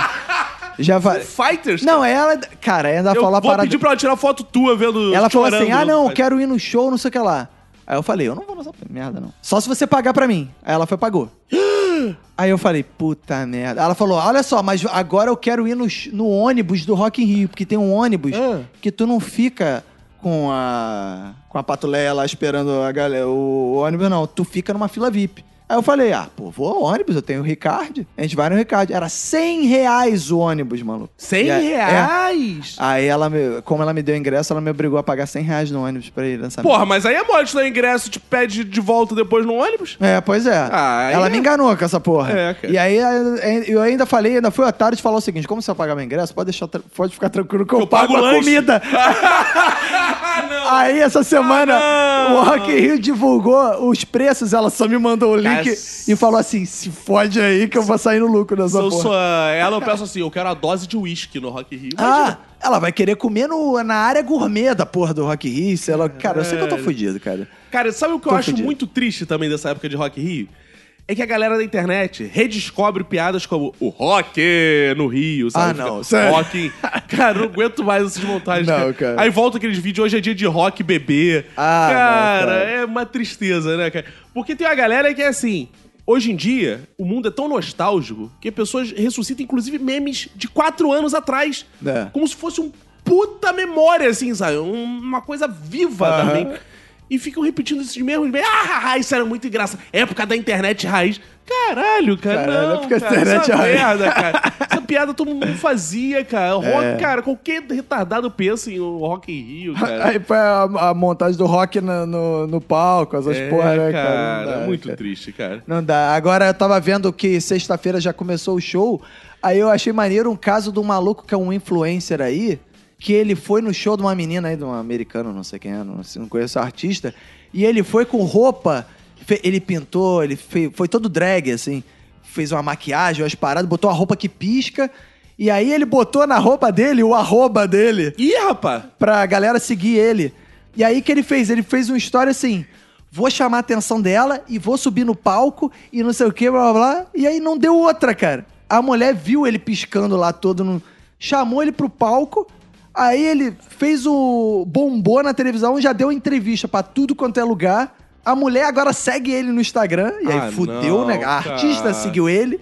S3: Já vai.
S2: Fighters?
S3: Não, ela. Cara, ela
S2: eu
S3: falou a
S2: vou
S3: parada.
S2: pedir pra ela tirar foto tua vendo.
S3: Ela falou assim:
S2: chorando.
S3: ah, não, quero ir no show, não sei o que lá. Aí eu falei: eu não vou nessa merda, não. Só se você pagar pra mim. Aí ela foi e pagou. Aí eu falei: puta merda. Ela falou: olha só, mas agora eu quero ir no, sh- no ônibus do Rock in Rio, porque tem um ônibus
S2: Ah.
S3: que tu não fica com a com a patuleia lá esperando a galera, o, ônibus não, tu fica numa fila VIP. Aí eu falei, ah, pô, vou ao ônibus, eu tenho o Ricard, a gente vai no Ricard. Era 100 reais o ônibus, maluco.
S2: 100
S3: E aí- é.
S2: reais?
S3: Aí ela, me- como ela me deu ingresso, ela me obrigou a pagar 100 reais no ônibus pra ir lançar.
S2: Porra, mas aí é mole te dar ingresso, te pede de volta depois no ônibus?
S3: É, pois é.
S2: Ah, aí
S3: ela
S2: é.
S3: me enganou com essa porra.
S2: É, cara.
S3: E aí eh, eu ainda falei, ainda fui otário de falar o seguinte: como você vai pagar meu ingresso, pode, deixar, tra- pode ficar tranquilo que eu, pago,
S2: o
S3: a
S2: lanche.
S3: comida.
S2: Ah, não!
S3: Aí essa semana
S2: Ah, não!
S3: o Rock in Rio divulgou os preços, ela só me mandou o link
S2: Cas-
S3: e falou assim: se fode aí que eu vou sair no lucro
S2: Se
S3: dessa
S2: eu
S3: porra.
S2: sou ela, eu peço assim, eu quero a dose de uísque no Rock in Rio.
S3: Ah, ela vai querer comer no- na área gourmet da porra do Rock in Rio, sei lá. Cara, eu sei que eu tô
S2: Caralho.
S3: fudido, cara.
S2: Cara, sabe o que eu
S3: Tô
S2: acho
S3: fudido.
S2: muito triste também dessa época de Rock in Rio? É que a galera da internet redescobre piadas como o rock no Rio, sabe?
S3: Ah, não,
S2: Fica,
S3: sério.
S2: Rock. in-" Cara, eu não aguento mais essas montagens.
S3: Não, cara.
S2: Aí volta aqueles vídeos, hoje é dia de rock bebê.
S3: Ah, não,
S2: cara,
S3: cara.
S2: é uma tristeza, né, cara? Porque tem uma galera que é assim. Hoje em dia, o mundo é tão nostálgico que pessoas ressuscitam, inclusive, memes de quatro anos atrás.
S3: É.
S2: Como se fosse um puta memória, assim, sabe? Um- Uma coisa viva da
S3: Aham.
S2: mente. E ficam repetindo esses mesmos. Ah, ah, ah, isso era muito engraçado. Época da internet raiz. Caralho, cara.
S3: Caralho,
S2: não,
S3: época da
S2: cara,
S3: internet
S2: isso é uma
S3: raiz.
S2: merda, cara. Essa piada todo mundo fazia, cara. Rock,
S3: É.
S2: cara, qualquer retardado pensa em o Rock em Rio, cara.
S3: Aí foi a, a montagem do rock na- no, no palco, essas
S2: É,
S3: porra, né, cara?
S2: cara, é
S3: Não dá,
S2: muito
S3: cara.
S2: triste, cara.
S3: Não dá. Agora eu tava vendo que sexta-feira já começou o show. Aí eu achei maneiro um caso de um maluco que é um influencer aí, que ele foi no show de uma menina aí, de um americano, não sei quem é, não, não conheço a artista. E ele foi com roupa, fe- ele pintou, ele fe- foi todo drag, assim. Fez uma maquiagem, umas paradas, botou uma roupa que pisca. E aí ele botou na roupa dele o arroba dele
S2: Ih, rapaz.
S3: pra galera seguir ele. E aí que ele fez? Ele fez uma história assim: vou chamar a atenção dela e vou subir no palco e não sei o que, blá blá blá. E aí não deu outra, cara. A mulher viu ele piscando lá todo, no... chamou ele pro palco. Aí ele fez o bombou na televisão, já deu entrevista pra tudo quanto é lugar. A mulher agora segue ele no Instagram. E aí
S2: Ah,
S3: fudeu,
S2: não,
S3: né? A
S2: cara.
S3: artista seguiu ele.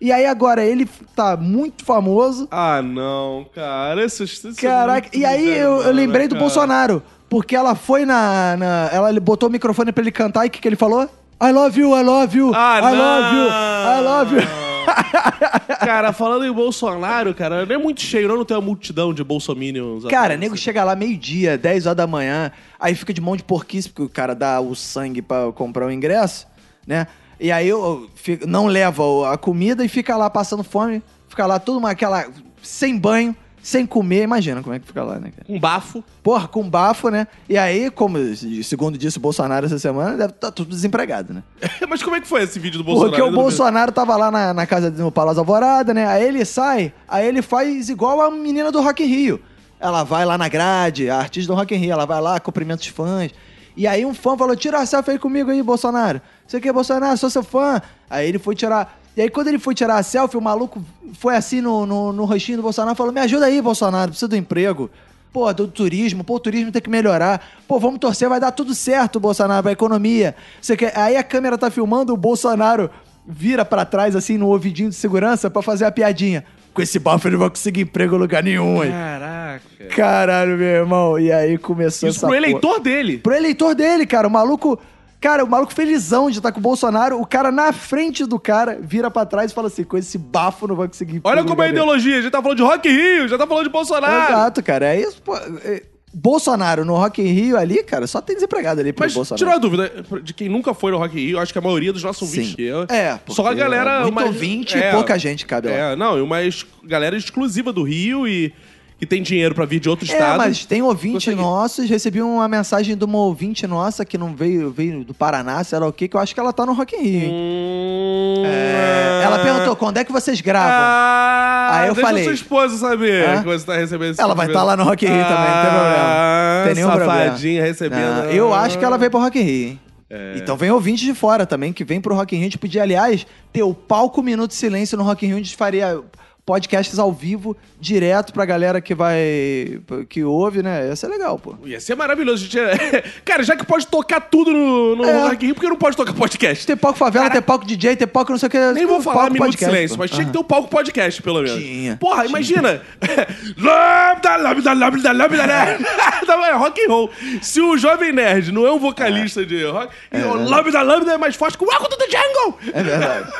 S3: E aí agora ele tá muito famoso.
S2: Ah, não, cara. Isso, isso é
S3: Caraca,
S2: muito
S3: e aí eu- eu,
S2: miserável,
S3: lembrei
S2: né,
S3: do
S2: cara?
S3: Bolsonaro, porque ela foi na, na- Ela ele botou o microfone pra ele cantar e o que, que ele falou? I love you, I love you,
S2: Ah,
S3: I love you, I love you.
S2: Cara, falando em Bolsonaro, cara, não é muito cheio, não, não tem uma multidão de bolsominions.
S3: Cara,
S2: atrás,
S3: nego
S2: assim.
S3: chega lá meio-dia, 10 horas da manhã, aí fica de mão de porquice, porque o cara dá o sangue pra comprar o ingresso, né? E aí eu, eu fico- não leva o- a comida e fica lá passando fome, fica lá tudo uma, aquela. sem banho, sem comer. Imagina como é que fica lá, né, cara?
S2: Um bafo.
S3: Porra, com bafo, né? E aí, como segundo disse o Bolsonaro essa semana, deve estar tudo desempregado, né?
S2: Mas como é que foi esse vídeo do Bolsonaro?
S3: Porque o
S2: Eu não vi.
S3: Bolsonaro tava lá na, na casa do Palácio Alvorada, né? Aí ele sai, aí ele faz igual a menina do Rock in Rio. Ela vai lá na grade, a artista do Rock in Rio, ela vai lá, cumprimenta os fãs. E aí um fã falou, tira a selfie aí comigo aí, Bolsonaro. Você que é Bolsonaro, sou seu fã. Aí ele foi tirar... E aí quando ele foi tirar a selfie, o maluco foi assim no, no, no rostinho do Bolsonaro e falou, me ajuda aí, Bolsonaro, preciso do emprego. Pô, do turismo, pô, o turismo tem que melhorar. Pô, vamos torcer, vai dar tudo certo, Bolsonaro, pra economia. Você quer... Aí a câmera tá filmando, o Bolsonaro vira pra trás, assim, no ouvidinho de segurança pra fazer a piadinha. Com esse bafo ele não vai conseguir emprego em lugar nenhum, aí.
S2: Caraca.
S3: Caralho, meu irmão. E aí começou
S2: É. Isso
S3: essa
S2: pro
S3: porra.
S2: eleitor dele.
S3: Pro eleitor dele, cara. O maluco. Cara, o maluco felizão de estar com o Bolsonaro, o cara na frente do cara vira pra trás e fala assim: com esse bafo não vai conseguir.
S2: Olha
S3: pôr
S2: como é a
S3: lugar dele."
S2: ideologia. A gente tá falando de Rock in Rio, já tá falando de Bolsonaro.
S3: Exato, cara. É isso. pô, é- Bolsonaro no Rock in Rio ali, cara, só tem desempregado ali pro
S2: Mas
S3: Bolsonaro.
S2: tirou a dúvida, de quem nunca foi no Rock in Rio, acho que a maioria dos nossos ouvintes.
S3: Sim.
S2: que eu-
S3: É, porque
S2: Só a galera...
S3: é muito
S2: mais-
S3: ouvinte e pouca gente cabe lá.
S2: É, não, e uma ex- galera exclusiva do Rio e que tem dinheiro pra vir de outro
S3: É,
S2: estado.
S3: mas tem ouvinte
S2: Consegui.
S3: nossos. Recebi uma mensagem de uma ouvinte nossa que não veio, veio do Paraná, sei lá o quê, que eu acho que ela tá no Rock in Rio, hein?
S2: Hum,
S3: É, Ela perguntou quando é que vocês gravam.
S2: Ah,
S3: Aí eu
S2: deixa
S3: falei.
S2: sua esposa saber
S3: Hã?
S2: que você tá recebendo esse
S3: Ela vai estar lá no Rock in Rio também, não tem problema. Tem nenhum problema.
S2: Ah, safadinha recebendo. É.
S3: Ah, eu acho que ela veio pro Rock in Rio, hein? Então vem ouvinte de fora também, que vem pro Rock in Rio. A gente podia, aliás, ter o palco Minuto Silêncio no Rock in Rio. A gente faria podcasts ao vivo, direto pra galera que vai... que ouve, né? Ia ser legal, pô.
S2: Ia ser maravilhoso. gente. Cara, já que pode tocar tudo no, no
S3: É.
S2: Rock in Rio, por que não pode tocar podcast?
S3: Ter palco favela, ter palco DJ, ter palco não sei o que.
S2: Nem vou falar
S3: um palco
S2: Minuto de
S3: podcast,
S2: Silêncio,
S3: pô.
S2: mas tinha que ter um palco podcast, pelo menos.
S3: Tinha.
S2: Porra, imagina. Lambda, lambda, lambda, lambda, lambda. Tava- é rock and roll. Se o Jovem Nerd não é um vocalista de rock, e o lambda, lambda é mais forte que o Welcome to the Jungle.
S3: né? É verdade.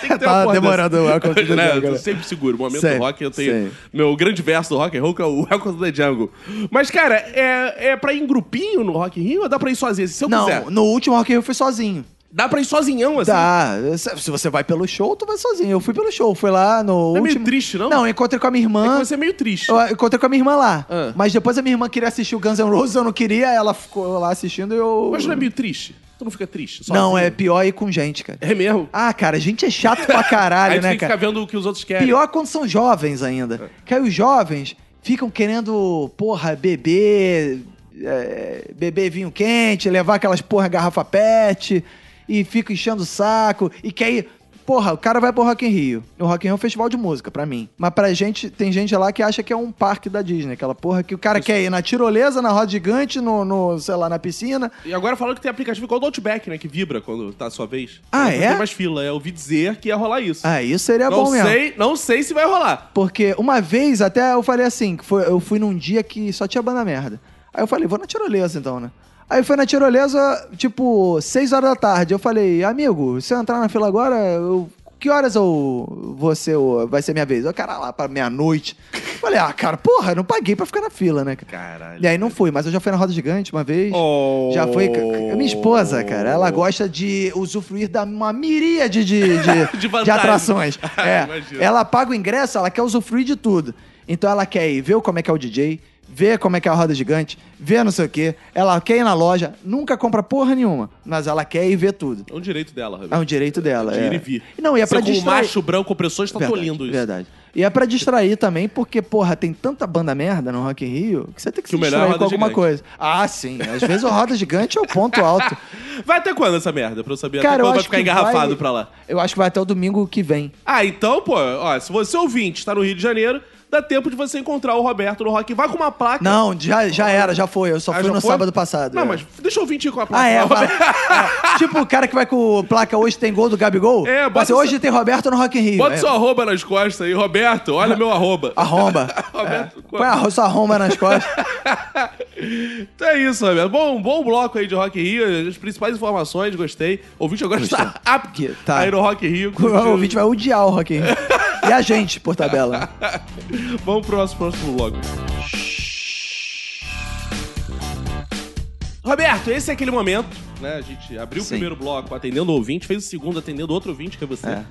S2: Tem que ter
S3: Tava
S2: uma porra
S3: demorando
S2: dessa.
S3: o Welcome to the
S2: Né,
S3: Jungle,
S2: eu
S3: né?
S2: sempre seguro. Momento
S3: Sempre,
S2: rock, eu tenho
S3: sempre.
S2: meu grande verso do rock and roll, que é o Welcome to the Jungle. Mas, cara, é, é pra ir em grupinho no Rock in Rio ou dá pra ir sozinho? Se eu
S3: Não,
S2: quiser.
S3: no último Rock in Rio eu fui sozinho.
S2: Dá pra ir sozinhão, assim?
S3: Tá, se se você vai pelo show, tu vai sozinho. Eu fui pelo show, fui lá no
S2: Não é meio
S3: último...
S2: triste, não?
S3: Não, eu encontrei com a minha
S2: É
S3: irmã.
S2: que você é meio triste.
S3: Eu encontrei com a minha irmã lá.
S2: Ah.
S3: Mas depois a minha irmã queria assistir o Guns N' Roses, eu não queria, ela ficou lá assistindo e eu...
S2: Mas não é meio triste? Tu não fica triste? sozinho?
S3: Não, é pior ir com gente, cara.
S2: É mesmo?
S3: Ah, cara, a gente é chato pra
S2: Aí
S3: caralho,
S2: tu
S3: né,
S2: tem que
S3: cara?
S2: ficar vendo o que os outros querem.
S3: Pior quando são jovens ainda.
S2: É.
S3: Que aí os jovens ficam querendo, porra, beber, é, beber vinho quente, levar aquelas porra garrafa pet e fica enchendo o saco. E que aí, porra, o cara vai pro Rock in Rio. O Rock in Rio é um festival de música, pra mim. Mas pra gente, tem gente lá que acha que é um parque da Disney, aquela porra que o cara quer ir na tirolesa, na roda gigante, no, no, sei lá, na piscina.
S2: E agora falando que tem aplicativo igual o do Outback, né? Que vibra quando tá a sua vez.
S3: Ah,
S2: Aí Não
S3: é?
S2: tem mais fila. Eu ouvi dizer que ia rolar isso.
S3: Ah, isso seria
S2: não
S3: bom mesmo.
S2: sei, não sei se vai rolar.
S3: Porque uma vez até eu falei assim, que foi- eu fui num dia que só tinha banda merda. Aí eu falei, vou na tirolesa então, né? Aí foi na tirolesa, tipo, 6 horas da tarde. Eu falei, amigo, se eu entrar na fila agora, eu- que horas eu vou ser, o- vai ser minha vez? Eu, cara, lá pra meia-noite. Falei, ah, cara, porra, eu não paguei pra ficar na fila, né? cara?
S2: Caralho.
S3: E aí não fui, mas eu já fui na roda gigante uma vez.
S2: Oh.
S3: Já foi. Minha esposa, cara, ela gosta de usufruir da uma miríade de, de,
S2: De vantagens.
S3: de atrações. É.
S2: Imagino.
S3: Ela paga o ingresso, ela quer usufruir de tudo. Então ela quer ir ver como é que é o DJ, ver como é que é a roda gigante, ver não sei o quê. Ela quer ir na loja, nunca compra porra nenhuma, mas ela quer ir ver tudo.
S2: É um direito dela, Rabir.
S3: É um direito dela.
S2: De ir
S3: é.
S2: e vir.
S3: Não, e é
S2: Você
S3: pra
S2: como
S3: distrair.
S2: macho branco opressor está tolindo isso.
S3: Verdade. E é pra distrair também, porque, porra, tem tanta banda merda no Rock in Rio que você tem que,
S2: Que o
S3: se
S2: melhor é a
S3: distrair com
S2: roda
S3: alguma
S2: gigante.
S3: coisa. Ah, sim. Às vezes o Roda Gigante é o ponto alto.
S2: Vai até quando essa merda? Pra eu saber até
S3: Cara, eu
S2: quando vai
S3: acho
S2: ficar
S3: que
S2: engarrafado
S3: vai-
S2: pra lá.
S3: Eu acho que vai até o domingo que vem.
S2: Ah, então, pô, ó, se você ouvinte está no Rio de Janeiro, dá tempo de você encontrar o Roberto no Rock. Vai com uma placa.
S3: Não, já, já era, já foi. Eu só
S2: Ah,
S3: fui
S2: já
S3: no
S2: foi?
S3: sábado passado.
S2: Não,
S3: é.
S2: mas deixa eu ouvinte ir com a placa.
S3: Ah, é,
S2: Roberto.
S3: vai- é. Tipo o cara que vai com placa Hoje tem gol do Gabigol.
S2: É, bota
S3: Vai ser,
S2: essa-
S3: hoje tem Roberto no Rock in Rio.
S2: Bota
S3: É.
S2: seu arroba nas costas aí, Roberto. Olha meu arroba.
S3: Arromba.
S2: Roberto,
S3: Ah, é. Põe a sua arromba nas costas.
S2: Então é isso, Roberto. Bom, bom bloco aí de Rock in Rio. As principais informações, gostei. O ouvinte agora está apto
S3: Tá.
S2: aí no Rock in Rio.
S3: o ouvinte vai odiar o Rock in Rio. E a gente, por tabela.
S2: Vamos pro nosso próximo bloco. Roberto, esse é aquele momento, né? A gente abriu o
S3: Sim.
S2: primeiro bloco atendendo o ouvinte, fez o segundo atendendo outro ouvinte, que é você.
S3: É.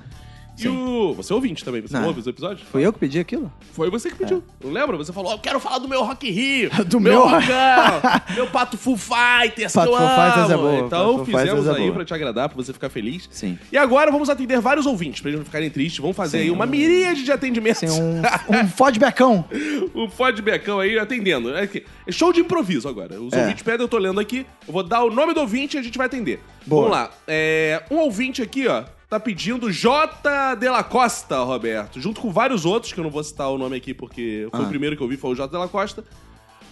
S2: E o. Você é ouvinte também, você
S3: Não.
S2: ouve os episódios?
S3: Foi eu que pedi aquilo?
S2: Foi você que pediu. Lembra? Você falou, "Ó, eu quero falar do meu Rock in Rio.
S3: É. Do
S2: meu
S3: meu-
S2: rockão, meu Pato Full Fighters,
S3: Pato
S2: que eu
S3: Full Fighters
S2: amo."
S3: é boa, Pato
S2: Então
S3: Full
S2: fizemos
S3: Fighters é
S2: aí
S3: boa.
S2: pra te agradar, pra você ficar feliz.
S3: Sim.
S2: E agora vamos atender vários ouvintes, pra eles não ficarem tristes. Vamos fazer aí uma miríade de atendimentos.
S3: Tem um, um fodbecão.
S2: o Fodbecão aí atendendo. É que- é show de improviso agora. Os
S3: É.
S2: ouvintes pedem, eu tô lendo aqui. Eu vou dar o nome do ouvinte e a gente vai atender.
S3: Boa.
S2: Vamos lá. É, um ouvinte aqui, ó, tá pedindo J. De La Costa, Roberto. Junto com vários outros, que eu não vou citar o nome aqui porque foi o
S3: Ah.
S2: primeiro que eu vi, foi o J. De La Costa.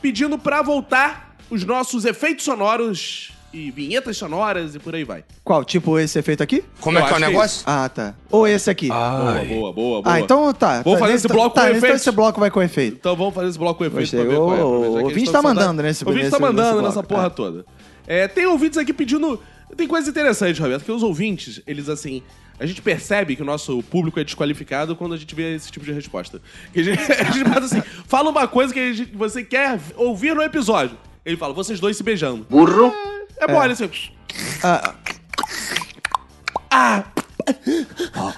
S2: Pedindo pra voltar os nossos efeitos sonoros e vinhetas sonoras e por aí vai.
S3: Qual? Tipo esse efeito aqui?
S5: Como é
S2: Eu
S5: que é o
S2: acho que
S5: negócio?
S3: Ah, tá. Ou esse aqui. Ah,
S2: Boa, boa, boa, boa.
S3: então tá.
S2: Vou
S3: Tá,
S2: fazer
S3: nesse-
S2: esse bloco
S3: tá,
S2: com
S3: nesse-
S2: efeito.
S3: Esse bloco vai com efeito.
S2: Então vamos fazer esse bloco com efeito
S3: Gostei.
S2: pra ver qual é. pra ver se
S3: Ô, ô,
S2: é
S3: ô,
S2: questão de
S3: ouvinte tá
S2: saudade.
S3: mandando nesse-
S2: O ouvinte tá
S3: nesse-
S2: mandando
S3: nesse
S2: nessa
S3: bloco,
S2: porra
S3: é.
S2: toda. É, tem ouvintes aqui pedindo... Tem coisas interessantes, Roberto, que os ouvintes, eles assim... A gente percebe que o nosso público é desqualificado quando a gente vê esse tipo de resposta. Que a gente, a gente faz assim, fala uma coisa que a gente- você quer ouvir no episódio. Ele fala, vocês dois se beijando. Burro. É, é mole, assim...
S3: Ah,
S2: Ah!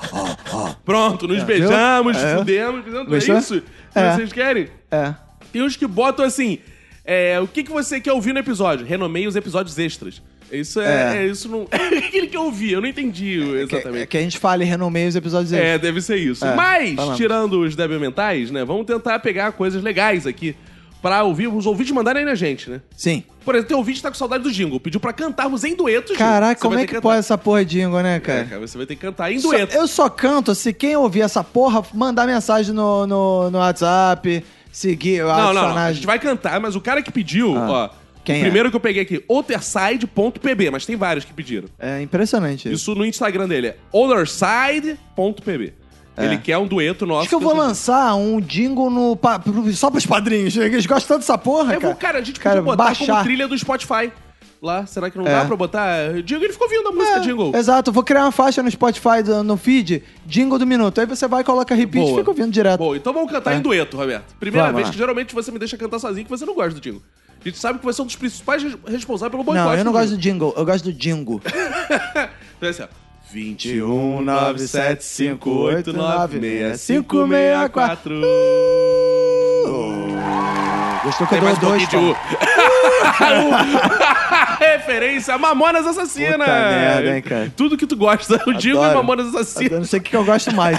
S2: Pronto, nos beijamos,
S3: É.
S2: fudemos, fizemos tudo
S3: Gostou?
S2: isso. que
S3: É.
S2: Vocês querem?
S3: é.
S2: Tem uns que botam assim: é, o que, que você quer ouvir no episódio? Renomeia os episódios extras. Isso é.
S3: É.
S2: é, isso não. É aquele que eu ouvi, eu não entendi
S3: Que, é
S2: exatamente.
S3: que a gente fale e renomeia os episódios
S2: É,
S3: extras.
S2: deve ser isso.
S3: É,
S2: Mas,
S3: falamos.
S2: tirando os débil mentais, né? Vamos tentar pegar coisas legais aqui pra ouvir, os ouvintes mandarem na gente, né?
S3: Sim.
S2: Por exemplo, tem ouvinte que tá com saudade do jingle, pediu pra cantarmos em duetos.
S3: Caraca, como é que pode essa porra de jingle, né,
S2: É,
S3: cara?
S2: cara, você vai ter que cantar em
S3: Só-
S2: dueto.
S3: eu só canto se quem ouvir essa porra mandar mensagem no, no, no WhatsApp, seguir,
S2: Não, não,
S3: adicionar
S2: não. A
S3: as-
S2: gente vai cantar, mas o cara que pediu,
S3: Ah.
S2: ó.
S3: Quem
S2: o
S3: é?
S2: primeiro que eu peguei aqui, otherside.pb, mas tem vários que pediram.
S3: É impressionante isso.
S2: Isso no Instagram dele é otherside.pb. Ele quer um dueto nosso.
S3: É. Acho que eu vou
S2: sei-
S3: lançar um jingle no, pa- pro- só pros padrinhos. Eles gostam tanto dessa porra,
S2: Eu
S3: cara.
S2: vou, cara, a gente
S3: Cara,
S2: podia botar como
S3: baixar.
S2: trilha do Spotify. Lá, será que não
S3: É.
S2: dá pra botar? Jingle, ele ficou ouvindo a música Jingle.
S3: Exato, eu vou criar uma faixa no Spotify, do- no feed, jingle do minuto. Aí você vai, coloca repeat e
S2: Boa.
S3: fica ouvindo direto. É.
S2: Bom, então vamos cantar em dueto, Roberto. Primeira
S3: Vamos
S2: vez
S3: lá.
S2: que geralmente você me deixa cantar sozinho que você não gosta do Jingle. A gente sabe que você é um dos principais res- responsáveis pelo boicote.
S3: não, eu não
S2: do
S3: gosto
S2: Jingle.
S3: do jingle, eu gosto do jingo.
S2: Então é assim, ó.
S3: 21 97 58 96
S2: 564.
S3: Gostou que
S2: Tem
S3: eu dou
S2: mais um
S3: dois,
S2: pouquinho de
S3: cara?
S2: U. Referência a Mamonas Assassina.
S3: Puta merda, hein, cara.
S2: Tudo que tu gosta, eu digo é
S3: Adoro.
S2: Mamonas
S3: Eu
S2: Assassina.
S3: não sei o que que eu gosto mais.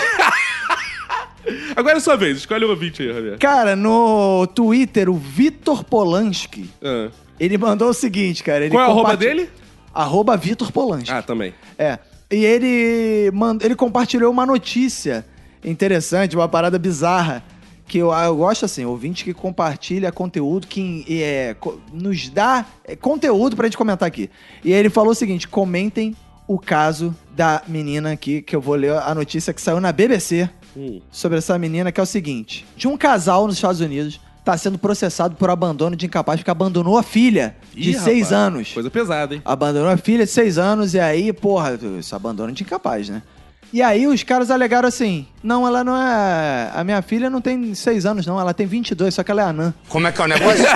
S2: Agora é sua vez, escolhe o ouvinte aí, Javier.
S3: Cara, no Twitter, o Vitor Polanski,
S2: Ah.
S3: ele mandou o seguinte, cara. Ele
S2: Qual é o arroba
S3: compartil-
S2: dele?
S3: Arroba Vitor Polanski.
S2: Ah, também.
S3: É. E ele, mand... ele compartilhou uma notícia interessante, uma parada bizarra. Que eu, eu gosto assim, ouvinte que compartilha conteúdo, que é, co- nos dá é, conteúdo pra gente comentar aqui. E ele falou o seguinte: comentem o caso da menina aqui, que eu vou ler a notícia que saiu na BBC
S2: Hum.
S3: sobre essa menina, que é o seguinte: de um casal nos Estados Unidos tá sendo processado por abandono de incapaz, porque abandonou a filha de
S2: Ih,
S3: seis
S2: rapaz,
S3: anos.
S2: Coisa pesada, hein?
S3: Abandonou a filha de seis anos e aí, porra, isso abandona de incapaz, né? E aí os caras alegaram assim: não, ela não é. A minha filha não tem seis anos, não, ela tem 22, só que ela é anã.
S5: Como é que é o negócio?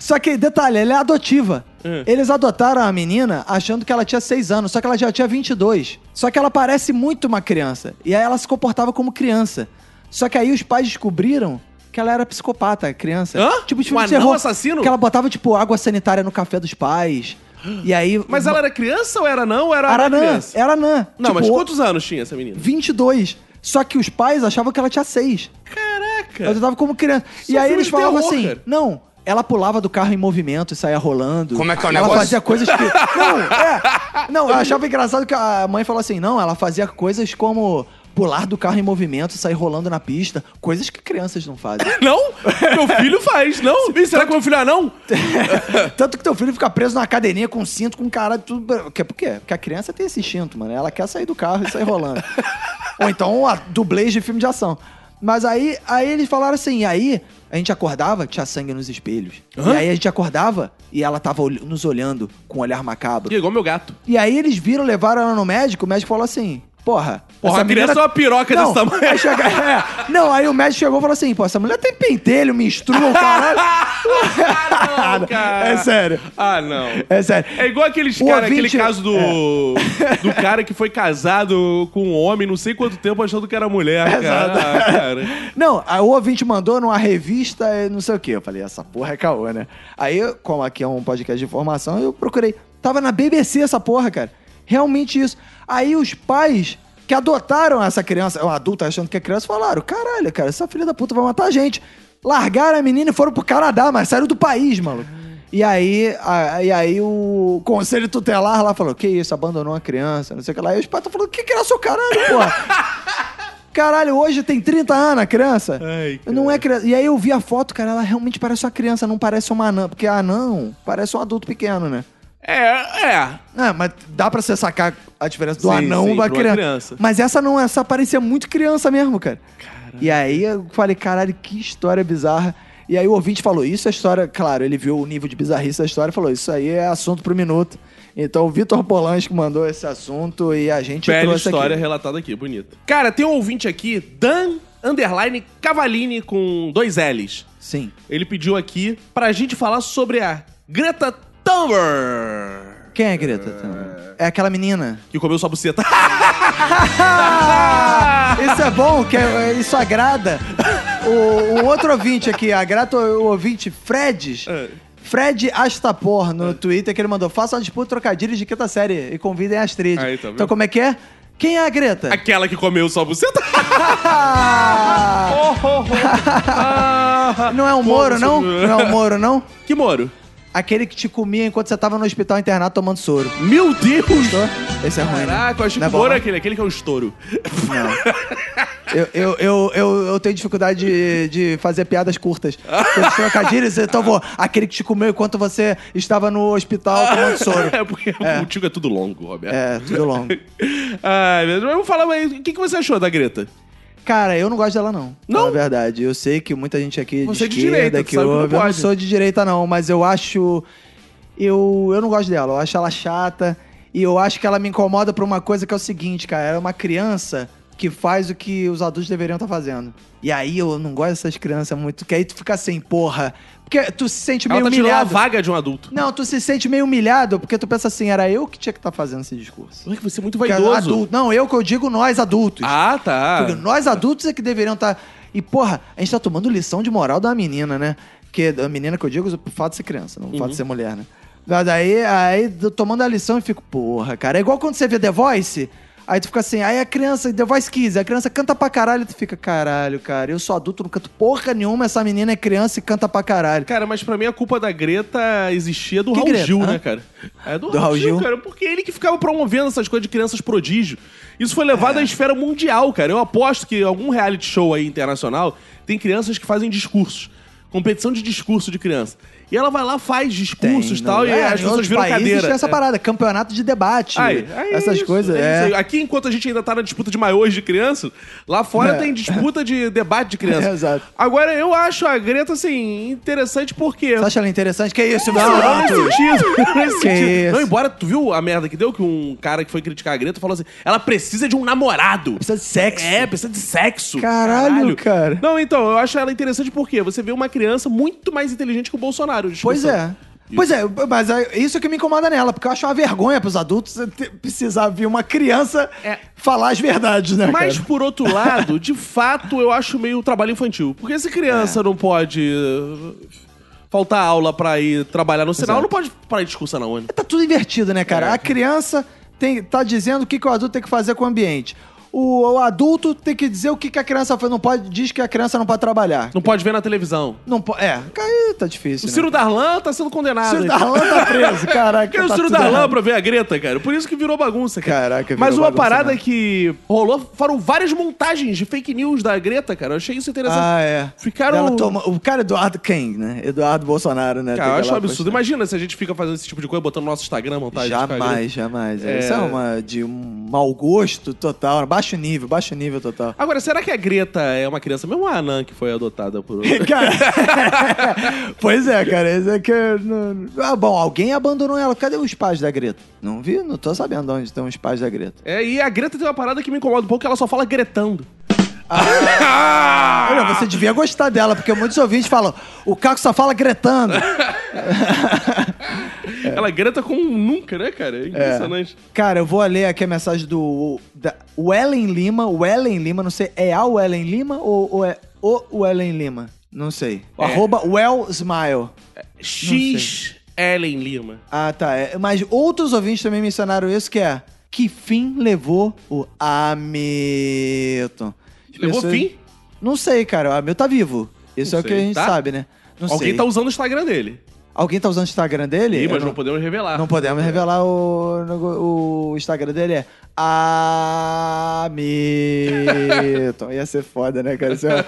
S3: Só que, detalhe, ela é adotiva.
S2: Hum.
S3: Eles adotaram a menina achando que ela tinha seis anos, só que ela já tinha 22. Só que ela parece muito uma criança. E aí ela se comportava como criança. Só que aí os pais descobriram que ela era psicopata, a criança.
S2: Hã?
S3: Tipo, os
S2: Um
S3: filmes de
S2: anão
S3: terror,
S2: assassino?
S3: Que ela botava, tipo, água sanitária no café dos pais. E aí.
S2: Mas ela era criança ou era não? Ou era,
S3: Aranã,
S2: criança?
S3: era anã.
S2: Não,
S3: Tipo,
S2: mas quantos anos tinha essa menina?
S3: 22. Só que os pais achavam que ela tinha 6.
S2: Caraca!
S3: Ela tava como criança. e aí
S2: filme
S3: eles
S2: É. de
S3: falavam
S2: terror,
S3: assim:
S2: cara.
S3: não, ela pulava do carro em movimento e saía rolando.
S5: Como é que é o
S3: ela
S5: negócio?
S3: fazia coisas que. Não, é. Não, eu achava engraçado que a mãe falou assim: não, ela fazia coisas como pular do carro em movimento, sair rolando na pista. Coisas que crianças não fazem.
S2: Não? Meu filho faz, não? Ih, Será que meu filho é não?
S3: Tanto que teu filho fica preso na cadeirinha com cinto, com caralho, tudo. Por quê? Porque a criança tem esse instinto, mano. Ela quer sair do carro e sair rolando. Ou então a dublês de filme de ação. Mas aí, aí eles falaram assim, e aí a gente acordava, tinha sangue nos espelhos. E aí a gente acordava e ela tava ol- nos olhando com um olhar macabro.
S2: Ih, Igual meu gato.
S3: E aí eles viram, levaram ela no médico, o médico falou assim, porra...
S2: Porra,
S3: essa
S2: a criança é uma piroca
S3: não,
S2: desse tamanho.
S3: Aí chega- é. Não, aí o médico chegou e falou assim, pô, essa mulher tem pentelho, menstrua, caralho.
S2: Ah, não, cara.
S3: É sério.
S2: Ah, não.
S3: É sério.
S2: É igual aqueles
S3: O
S2: cara,
S3: ouvinte-
S2: aquele caso do. do cara que foi casado com um homem não sei quanto tempo achando que era mulher, cara. Ah, cara.
S3: Não, aí o ouvinte mandou numa revista, eh, não sei o quê. Eu falei, essa porra é caô, né? Aí, eu, como aqui é um podcast de informação, eu procurei. Tava na BBC essa porra, cara. Realmente isso. Aí os pais que adotaram essa criança, um adulto achando que é criança, falaram: caralho, cara, essa filha da puta vai matar a gente. Largaram a menina e foram pro Canadá, mas saíram do país, maluco. E aí, a- e aí o conselho tutelar lá falou: que isso, abandonou a criança, não sei o que lá. E os pais estão falando: que criança, ô caralho, porra? Caralho, hoje tem 30 anos a criança.
S2: Ai, cara.
S3: Não é criança. E aí eu vi a foto, cara, ela realmente parece uma criança, não parece uma anã. Porque a anã parece um adulto pequeno, né?
S2: É, é.
S3: Ah, mas dá pra você sacar a diferença do
S2: Sim,
S3: anão
S2: sim,
S3: pra,
S2: pra uma
S3: criança.
S2: criança.
S3: Mas essa não, essa parecia muito criança mesmo, cara. E aí eu falei, caralho, que história bizarra. E aí o ouvinte falou, isso é história... Claro, ele viu o nível de bizarrice da história e falou, isso aí é assunto pro minuto. Então o Vitor Polanski mandou esse assunto e a gente
S2: Bela
S3: trouxe
S2: história
S3: aqui.
S2: relatada aqui, bonita. Cara, tem um ouvinte aqui, Dan Underline Cavalini com dois L's.
S3: Sim.
S2: Ele pediu aqui pra gente falar sobre a Greta Thunberg,
S3: Quem é a Greta? É aquela menina.
S2: que comeu sua buceta. Ah!
S3: Isso é bom, que é- isso agrada. O, o outro ouvinte aqui, agrada o ouvinte Fredes.
S2: É.
S3: Fred Astapor no Twitter, que ele mandou: faça uma disputa de trocadilhos de quinta série e convidem a Astrid.
S2: Aí, tá vendo?
S3: então, como é que é? Quem é a Greta?
S2: Aquela que comeu sua buceta.
S3: Ah! não é o Moro, não? Não é o Moro, não?
S2: Que Moro?
S3: Aquele que te comia enquanto você tava no hospital internado tomando soro.
S2: Meu Deus!
S3: Gostou? Esse é ruim. né?
S2: Caraca, eu achei
S3: Não
S2: que
S3: é
S2: o
S3: bom,
S2: Moro
S3: não?
S2: é aquele, aquele que é o estouro.
S3: Eu, eu, eu, eu, eu tenho dificuldade de, de fazer piadas curtas. Com os trocadilhos, então vou. Aquele que te comeu enquanto você estava no hospital tomando soro.
S2: É porque contigo é tudo longo, Roberto.
S3: É, tudo longo.
S2: Ai, meu Deus. Mas vamos falar aí. O que, que você achou da Greta?
S3: Cara, eu não gosto dela, não.
S2: Não?
S3: Na verdade. Eu sei que muita gente aqui
S2: Você é
S3: de
S2: de
S3: esquerda
S2: direita, tu
S3: que
S2: sabe que não
S3: ouve. Eu não
S2: pode.
S3: sou de direita, não, mas eu acho. Eu, eu não gosto dela. Eu acho ela chata. E eu acho que ela me incomoda por uma coisa que é o seguinte, cara. Ela é uma criança que faz o que os adultos deveriam estar fazendo. E aí eu não gosto dessas crianças muito. Que aí tu fica assim, porra. Porque tu se sente meio
S2: Ela tá tirando a
S3: humilhado.
S2: vaga de um adulto.
S3: Não, tu se sente meio humilhado porque tu pensa assim, era eu que tinha que estar fazendo esse discurso.
S2: Ué, que você é muito
S3: Porque
S2: vaidoso.
S3: adulto- Não, eu que eu digo nós adultos.
S2: Ah, tá.
S3: Porque nós adultos é que deveriam estar. E, porra, a gente tá tomando lição de moral da menina, né? Que a menina que eu digo, por fato de ser criança, não por
S2: Uhum.
S3: fato de ser mulher, né? Mas Daí, aí, tô tomando a lição e fico, porra, cara. É igual quando você vê The Voice, aí tu fica assim, aí a criança, The Voice 15, a criança canta pra caralho, tu fica, caralho, cara, eu sou adulto, não canto porra nenhuma, essa menina é criança e canta pra caralho.
S2: Cara, mas pra mim a culpa da Greta existia do
S3: Que
S2: Raul
S3: Greta,
S2: Gil,
S3: hã?
S2: né, cara? É do,
S3: Do
S2: Raul
S3: Raul
S2: Gil,
S3: Gil.
S2: cara. Porque ele que ficava promovendo essas coisas de crianças prodígio. Isso foi levado
S3: É.
S2: à esfera mundial, cara. Eu aposto que algum reality show aí internacional tem crianças que fazem discursos. Competição de discurso de criança. E ela vai lá, faz discursos e
S3: Tem,
S2: tal,
S3: não-
S2: e
S3: é,
S2: as
S3: em
S2: pessoas
S3: outros
S2: viram
S3: países
S2: cadeira.
S3: tem essa
S2: É.
S3: parada, campeonato de debate,
S2: Aí, aí
S3: essas
S2: isso,
S3: coisas,
S2: é
S3: é.
S2: isso aí. Aqui, enquanto a gente ainda tá na disputa de maiores de criança, lá fora
S3: É.
S2: tem disputa de debate de criança.
S3: É, exato.
S2: Agora, eu acho a Greta, assim, interessante porque...
S3: Você acha ela interessante? Que isso,
S2: Não, não
S3: Silvio?
S2: nesse sentido. Não, nesse
S3: Que
S2: sentido.
S3: isso?
S2: Não, embora tu viu a merda que deu, que um cara que foi criticar a Greta falou assim: ela precisa de um namorado.
S3: Precisa de sexo.
S2: É, precisa de sexo.
S3: Caralho, cara.
S2: Não, então, eu acho ela interessante porque você vê uma criança muito mais inteligente que o Bolsonaro. tipo assim.
S3: Pois
S2: discussão.
S3: é. Pois é, mas é isso que me incomoda nela, porque eu acho uma vergonha pros adultos ter- precisar vir uma criança
S2: É.
S3: falar as verdades, né,
S2: Mas,
S3: cara?
S2: por outro lado, de fato, eu acho meio trabalho infantil. Porque se
S3: É.
S2: criança não pode eh, faltar aula pra ir trabalhar no sinal,
S3: Exato.
S2: não pode parar de discussão na ônibus.
S3: Tá tudo invertido, né,
S2: É.
S3: cara? A criança tem, tá dizendo o que, que o adulto tem que fazer com o ambiente. O, o adulto tem que dizer o que, que a criança faz. Não pode, diz que a criança não pode trabalhar.
S2: Não pode ver na televisão.
S3: Não pode. É, cara, aí tá
S2: O
S3: difícil. né?
S2: Ciro Darlan tá sendo condenado.
S3: Ciro Darlan tá preso, caraca.
S2: Quem é o
S3: tá
S2: Ciro
S3: tudo
S2: Darlan
S3: errado.
S2: pra ver a Greta, cara? Por isso que virou bagunça, cara.
S3: Caraca, virou
S2: Mas uma
S3: bagunça
S2: parada
S3: mesmo.
S2: que rolou, foram várias montagens de fake news da Greta, cara. Eu achei isso interessante.
S3: Ah, é.
S2: Ficaram-
S3: Ela toma- O cara Eduardo quem, né? Eduardo Bolsonaro, né?
S2: Cara, eu
S3: Tem
S2: acho um
S3: aquela
S2: absurdo.
S3: postagem.
S2: Imagina se a gente fica fazendo esse tipo de coisa, botando no nosso Instagram montagem. de Instagram.
S3: Jamais, jamais.
S2: É.
S3: Isso é uma de um mau gosto total, baixo nível, baixo nível total.
S2: Agora, será que a Greta é uma criança, mesmo a Anã que foi adotada por.
S3: Cara, pois é, cara, isso é que. eu não- Ah, bom, alguém abandonou ela. Cadê os pais da Greta? Não vi, não tô sabendo onde estão os pais da Greta.
S2: É, e a Greta tem uma parada que me incomoda um pouco, que ela só fala gretando.
S3: Olha,
S2: Ah.
S3: você devia gostar dela, porque muitos ouvintes falam: o Caco só fala gretando. É.
S2: Ela greta como nunca, né, cara? É impressionante.
S3: Cara, eu vou ler aqui a mensagem do da Wellen Lima. Wellen Lima, não sei, é a Wellen Lima ou, ou é o Wellen Lima? Não sei.
S2: É.
S3: Arroba Well Smile.
S2: X. Ellen Lima.
S3: Ah, tá. É, mas outros ouvintes também mencionaram isso, que é... Que fim levou o Hamilton? As
S2: Levou fim?
S3: Não sei, cara. O Hamilton tá vivo. Isso
S2: Não
S3: é o que a
S2: sei,
S3: gente
S2: tá?
S3: sabe, né? Não
S2: Alguém
S3: sei.
S2: tá usando o Instagram dele.
S3: Alguém tá usando o Instagram dele?
S2: Ih,
S3: Eu
S2: mas não...
S3: não-
S2: podemos revelar.
S3: Não podemos revelar o, no- o Instagram dele, é Hamilton. Ia ser foda, né, cara? Isso é-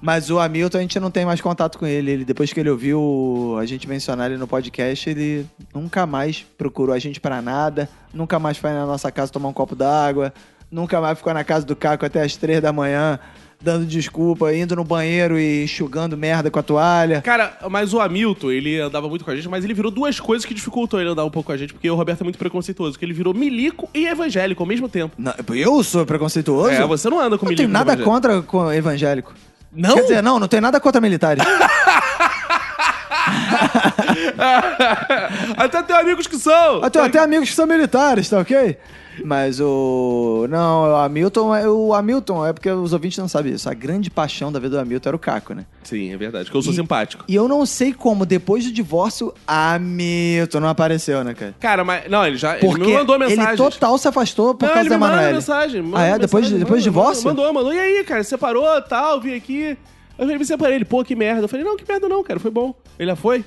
S3: Mas o Hamilton, a gente não tem mais contato com ele. Ele Depois que ele ouviu a gente mencionar ele no podcast, ele nunca mais procurou a gente pra nada, nunca mais foi na nossa casa tomar um copo d'água, nunca mais ficou na casa do Caco até as três da manhã, dando desculpa, indo no banheiro e enxugando merda com a toalha.
S2: Cara, mas o Hamilton, ele andava muito com a gente, mas ele virou duas coisas que dificultou ele andar um pouco com a gente, porque o Roberto é muito preconceituoso, que ele virou milico e evangélico ao mesmo tempo.
S3: Não, eu sou preconceituoso?
S2: É, você não anda com
S3: Não
S2: milico.
S3: tenho nada
S2: evangélico.
S3: contra com evangélico.
S2: Não?
S3: Quer dizer, não, não tenho nada contra militares.
S2: Até tem amigos que são.
S3: Eu tenho até amigos que são militares, tá ok? Mas o. Não, o Hamilton é. O Hamilton é porque os ouvintes não sabem isso. A grande paixão da vida do Hamilton era o Caco, né?
S2: Sim, é verdade, porque eu sou
S3: E-
S2: simpático.
S3: E eu não sei como, depois do divórcio, Hamilton não apareceu, né, cara?
S2: Cara, mas. Não, ele já.
S3: Porque
S2: ele me mandou mensagem.
S3: ele é total se afastou por
S2: não,
S3: causa
S2: ele
S3: da
S2: me mandou
S3: Emanuele.
S2: mensagem. mandou
S3: Ah, é? Depois,
S2: mensagem,
S3: depois do
S2: mandou,
S3: divórcio?
S2: Mandou, mandou, E aí, cara, separou, tal, vim aqui. Eu falei, me separei. Ele, pô, que merda. Eu falei, não, que merda não, cara, foi bom. Ele, "Ah, foi?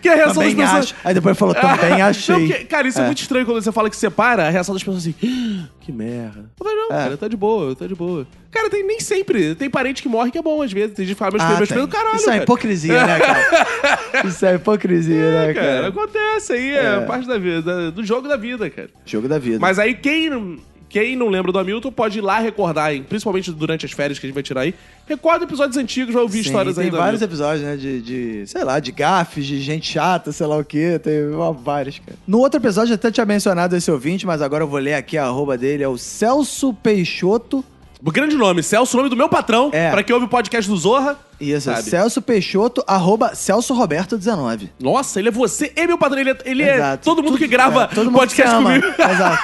S2: que é a reação
S3: Também
S2: das pessoas...
S3: acho. Aí depois falou, também
S2: Ah,
S3: achei.
S2: não, porque, cara, isso é. muito estranho quando você fala que separa, a reação das pessoas assim, "Ah, que merda. Eu falei, não,
S3: É.
S2: cara, tá de boa, tá de boa. Cara, tem nem sempre. Tem parente que morre que é bom, às vezes. Tem gente que fala, meus
S3: Ah,
S2: primeiros
S3: tem.
S2: primos, caralho.
S3: Isso é
S2: cara."
S3: hipocrisia, né, cara? Isso é hipocrisia, né,
S2: É,
S3: cara?
S2: cara, acontece aí, é, parte da vida, do jogo da vida, cara.
S3: Jogo da vida.
S2: Mas aí quem, quem não lembra do Hamilton pode ir lá recordar, hein, principalmente durante as férias que a gente vai tirar aí. Recorda episódios antigos, vai ouvir
S3: Sim,
S2: histórias
S3: tem
S2: aí do
S3: vários
S2: Hamilton.
S3: episódios, né? De, de, sei lá, de gafes, de gente chata, sei lá o quê. Tem ó, vários, cara. No outro episódio eu até tinha mencionado esse ouvinte, mas agora eu vou ler aqui a arroba dele. É o Celso Peixoto.
S2: O Grande nome, Celso, o nome do meu patrão,
S3: É.
S2: pra quem ouve o podcast do Zorra.
S3: Isso, é
S2: Sabe.
S3: Celso Peixoto, arroba Celso Roberto 19.
S2: Nossa, ele é você e meu patrão. Ele é, ele é todo mundo
S3: Tudo-
S2: que grava
S3: é, todo mundo
S2: podcast
S3: que ama.
S2: comigo.
S3: Exato.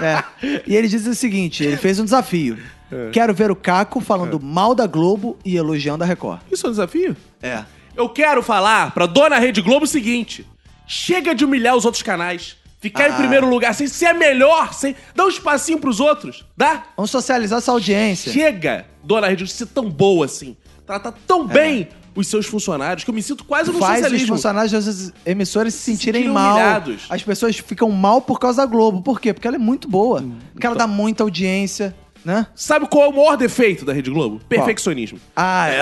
S3: É. E ele diz o seguinte, ele fez um desafio.
S2: É.
S3: Quero ver o Caco falando mal da Globo e elogiando a Record.
S2: Isso é um desafio?
S3: É.
S2: Eu quero falar pra dona Rede Globo o seguinte: chega de humilhar os outros canais. Ficar em
S3: Ah.
S2: primeiro lugar, sem ser melhor, sem dar um espacinho pros outros. Dá?
S3: Vamos socializar essa audiência.
S2: Chega, dona Rede, de ser tão boa assim. Tratar tão bem os seus funcionários que eu me sinto quase no
S3: É. faz os
S2: socialismo.
S3: funcionários das emissoras se sentirem
S2: sentirem
S3: mal.
S2: humilhados.
S3: As pessoas ficam mal por causa da Globo. Por quê? Porque ela é muito boa.
S2: Hum,
S3: Porque
S2: então.
S3: ela dá muita audiência, né?
S2: Sabe qual é o maior defeito da Rede Globo? Perfeccionismo.
S3: Ah, é.